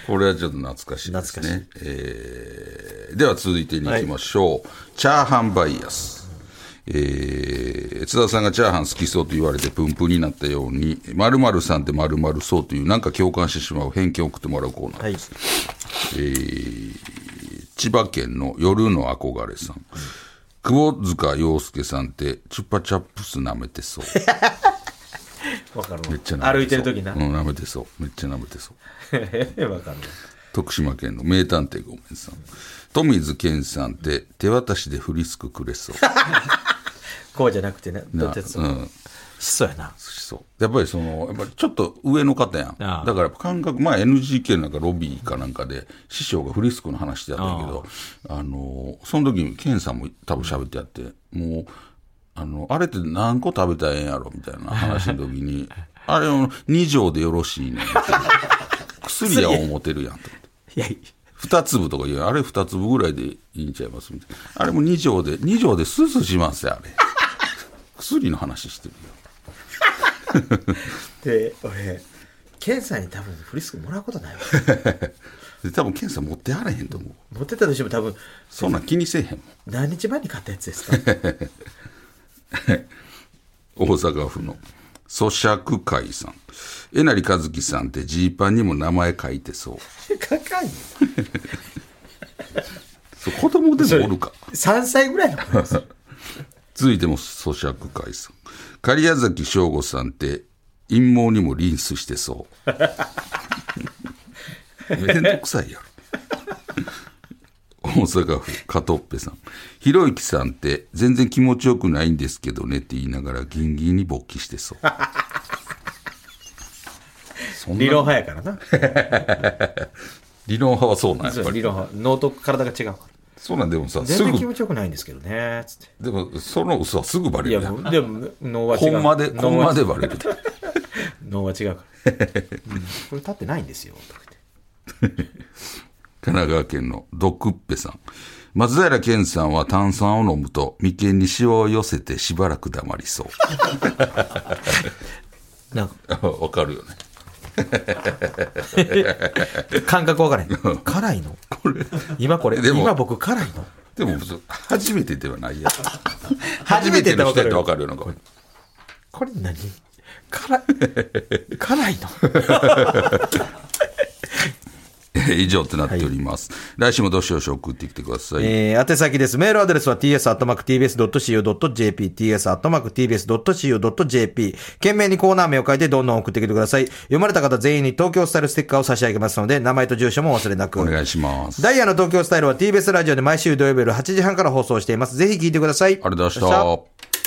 [SPEAKER 1] これはちょっと懐かしいですね。
[SPEAKER 2] 懐か
[SPEAKER 1] えーでは続いてに行きましょう。チャーハンバイアス。えー津田さんがチャーハン好きそうと言われてプンプンになったように、〇〇さんって〇〇そうという、なんか共感してしまう偏見を送ってもらうコーナー。
[SPEAKER 2] はい。
[SPEAKER 1] 千葉県の夜の憧れさん。久保塚洋介さんって、チュッパチャップス舐めてそう。
[SPEAKER 2] わかるわ
[SPEAKER 1] めっちゃ舐めてそう
[SPEAKER 2] 歩いてる時な
[SPEAKER 1] う。ん、舐めてそう。めっちゃ舐めてそう。
[SPEAKER 2] わかるわ。
[SPEAKER 1] 徳島県の名探偵ごめんさん。富水健さんって手渡しでフリスクくれそう。
[SPEAKER 2] こうじゃなくてね。ど
[SPEAKER 1] な
[SPEAKER 2] っちや
[SPEAKER 1] う
[SPEAKER 2] つし
[SPEAKER 1] ん、
[SPEAKER 2] そうやな。
[SPEAKER 1] しそう。やっぱりその、やっぱりちょっと上の方やん。だ
[SPEAKER 2] ああ
[SPEAKER 1] からやっぱ感覚、まあ NGK なんかロビーかなんかで、師匠がフリスクの話でやったんやけど、あの、その時に健さんも多分喋ってやって、もう、あの、あれって何個食べたらええんやろみたいな話の時に、あれを2錠でよろしいねんって。薬や思てるやんと。
[SPEAKER 2] いや、い
[SPEAKER 1] 二粒とか言うあれ二粒ぐらいでいいんちゃいますみたいな。あれも二錠で、二錠でスースーしますよ、あれ。 薬の話してるよ。
[SPEAKER 2] で、俺、ケンさんに多分フリスクもらうことない わ。
[SPEAKER 1] で、多分検査持ってはれへんと思う。
[SPEAKER 2] 持ってたとしても多分、
[SPEAKER 1] そんなん気にせえへんもん。
[SPEAKER 2] 何日前に買ったやつで すか
[SPEAKER 1] 大阪府の咀嚼会さん。えなりかずきさんってジーパンにも名前書いてそう。
[SPEAKER 2] 高いよ。
[SPEAKER 1] そう子供でもおるか。
[SPEAKER 2] 3歳ぐらいの子 ですよ。
[SPEAKER 1] 続いても咀嚼会さん。狩矢崎翔吾さんって陰謀にもリンスしてそう。 めんどくさいやろ。大阪府加藤っぺさん。ひろゆきさんって全然気持ちよくないんですけどねって言いながらギンギンに勃起してそう。そんな
[SPEAKER 2] 理論派やからな。
[SPEAKER 1] 理論派はそうなんや
[SPEAKER 2] そ
[SPEAKER 1] っぱ
[SPEAKER 2] う
[SPEAKER 1] り。
[SPEAKER 2] 理論派。脳と体が違うから。
[SPEAKER 1] そうなんでもさ、すぐ
[SPEAKER 2] 全然気、持ちよくないんですけどね。つっ
[SPEAKER 1] でもその嘘はすぐバ
[SPEAKER 2] て。
[SPEAKER 1] レ
[SPEAKER 2] いや、
[SPEAKER 1] るや
[SPEAKER 2] も
[SPEAKER 1] ん。
[SPEAKER 2] うでも、脳は
[SPEAKER 1] ほ
[SPEAKER 2] 違う。
[SPEAKER 1] んまで、ほ
[SPEAKER 2] 脳
[SPEAKER 1] ん
[SPEAKER 2] は
[SPEAKER 1] までバレる。
[SPEAKER 2] 脳は違うから。うんこれ立ってないんですよ。とか言って
[SPEAKER 1] 神奈川県のドクッペさん。松平健さんは炭酸を飲むと眉間にシワを寄せてしばらく黙りそう。
[SPEAKER 2] なんか
[SPEAKER 1] わかるよね。
[SPEAKER 2] 感覚わからへん。辛いの今これ。
[SPEAKER 1] でも
[SPEAKER 2] 今僕辛いの
[SPEAKER 1] でも、そ初めてではないや ん。
[SPEAKER 2] 初めてだ
[SPEAKER 1] の人やってわ
[SPEAKER 2] わ
[SPEAKER 1] か
[SPEAKER 2] か
[SPEAKER 1] るよ、なんか。
[SPEAKER 2] これ何辛 い辛いの
[SPEAKER 1] えー以上となっております。来週もどしどし送ってきてください。
[SPEAKER 2] えー、宛先です。メールアドレスは ts.tbs.co.jp、ts.tbs.co.jp。懸命にコーナー名を書いてどんどん送ってきてください。読まれた方全員に東京スタイルステッカーを差し上げますので、名前と住所もお忘れなく。
[SPEAKER 1] お願いします。
[SPEAKER 2] ダイヤの東京スタイルは TBS ラジオで毎週土曜日夜8時半から放送しています。ぜひ聞いてください。
[SPEAKER 1] ありがとうございました。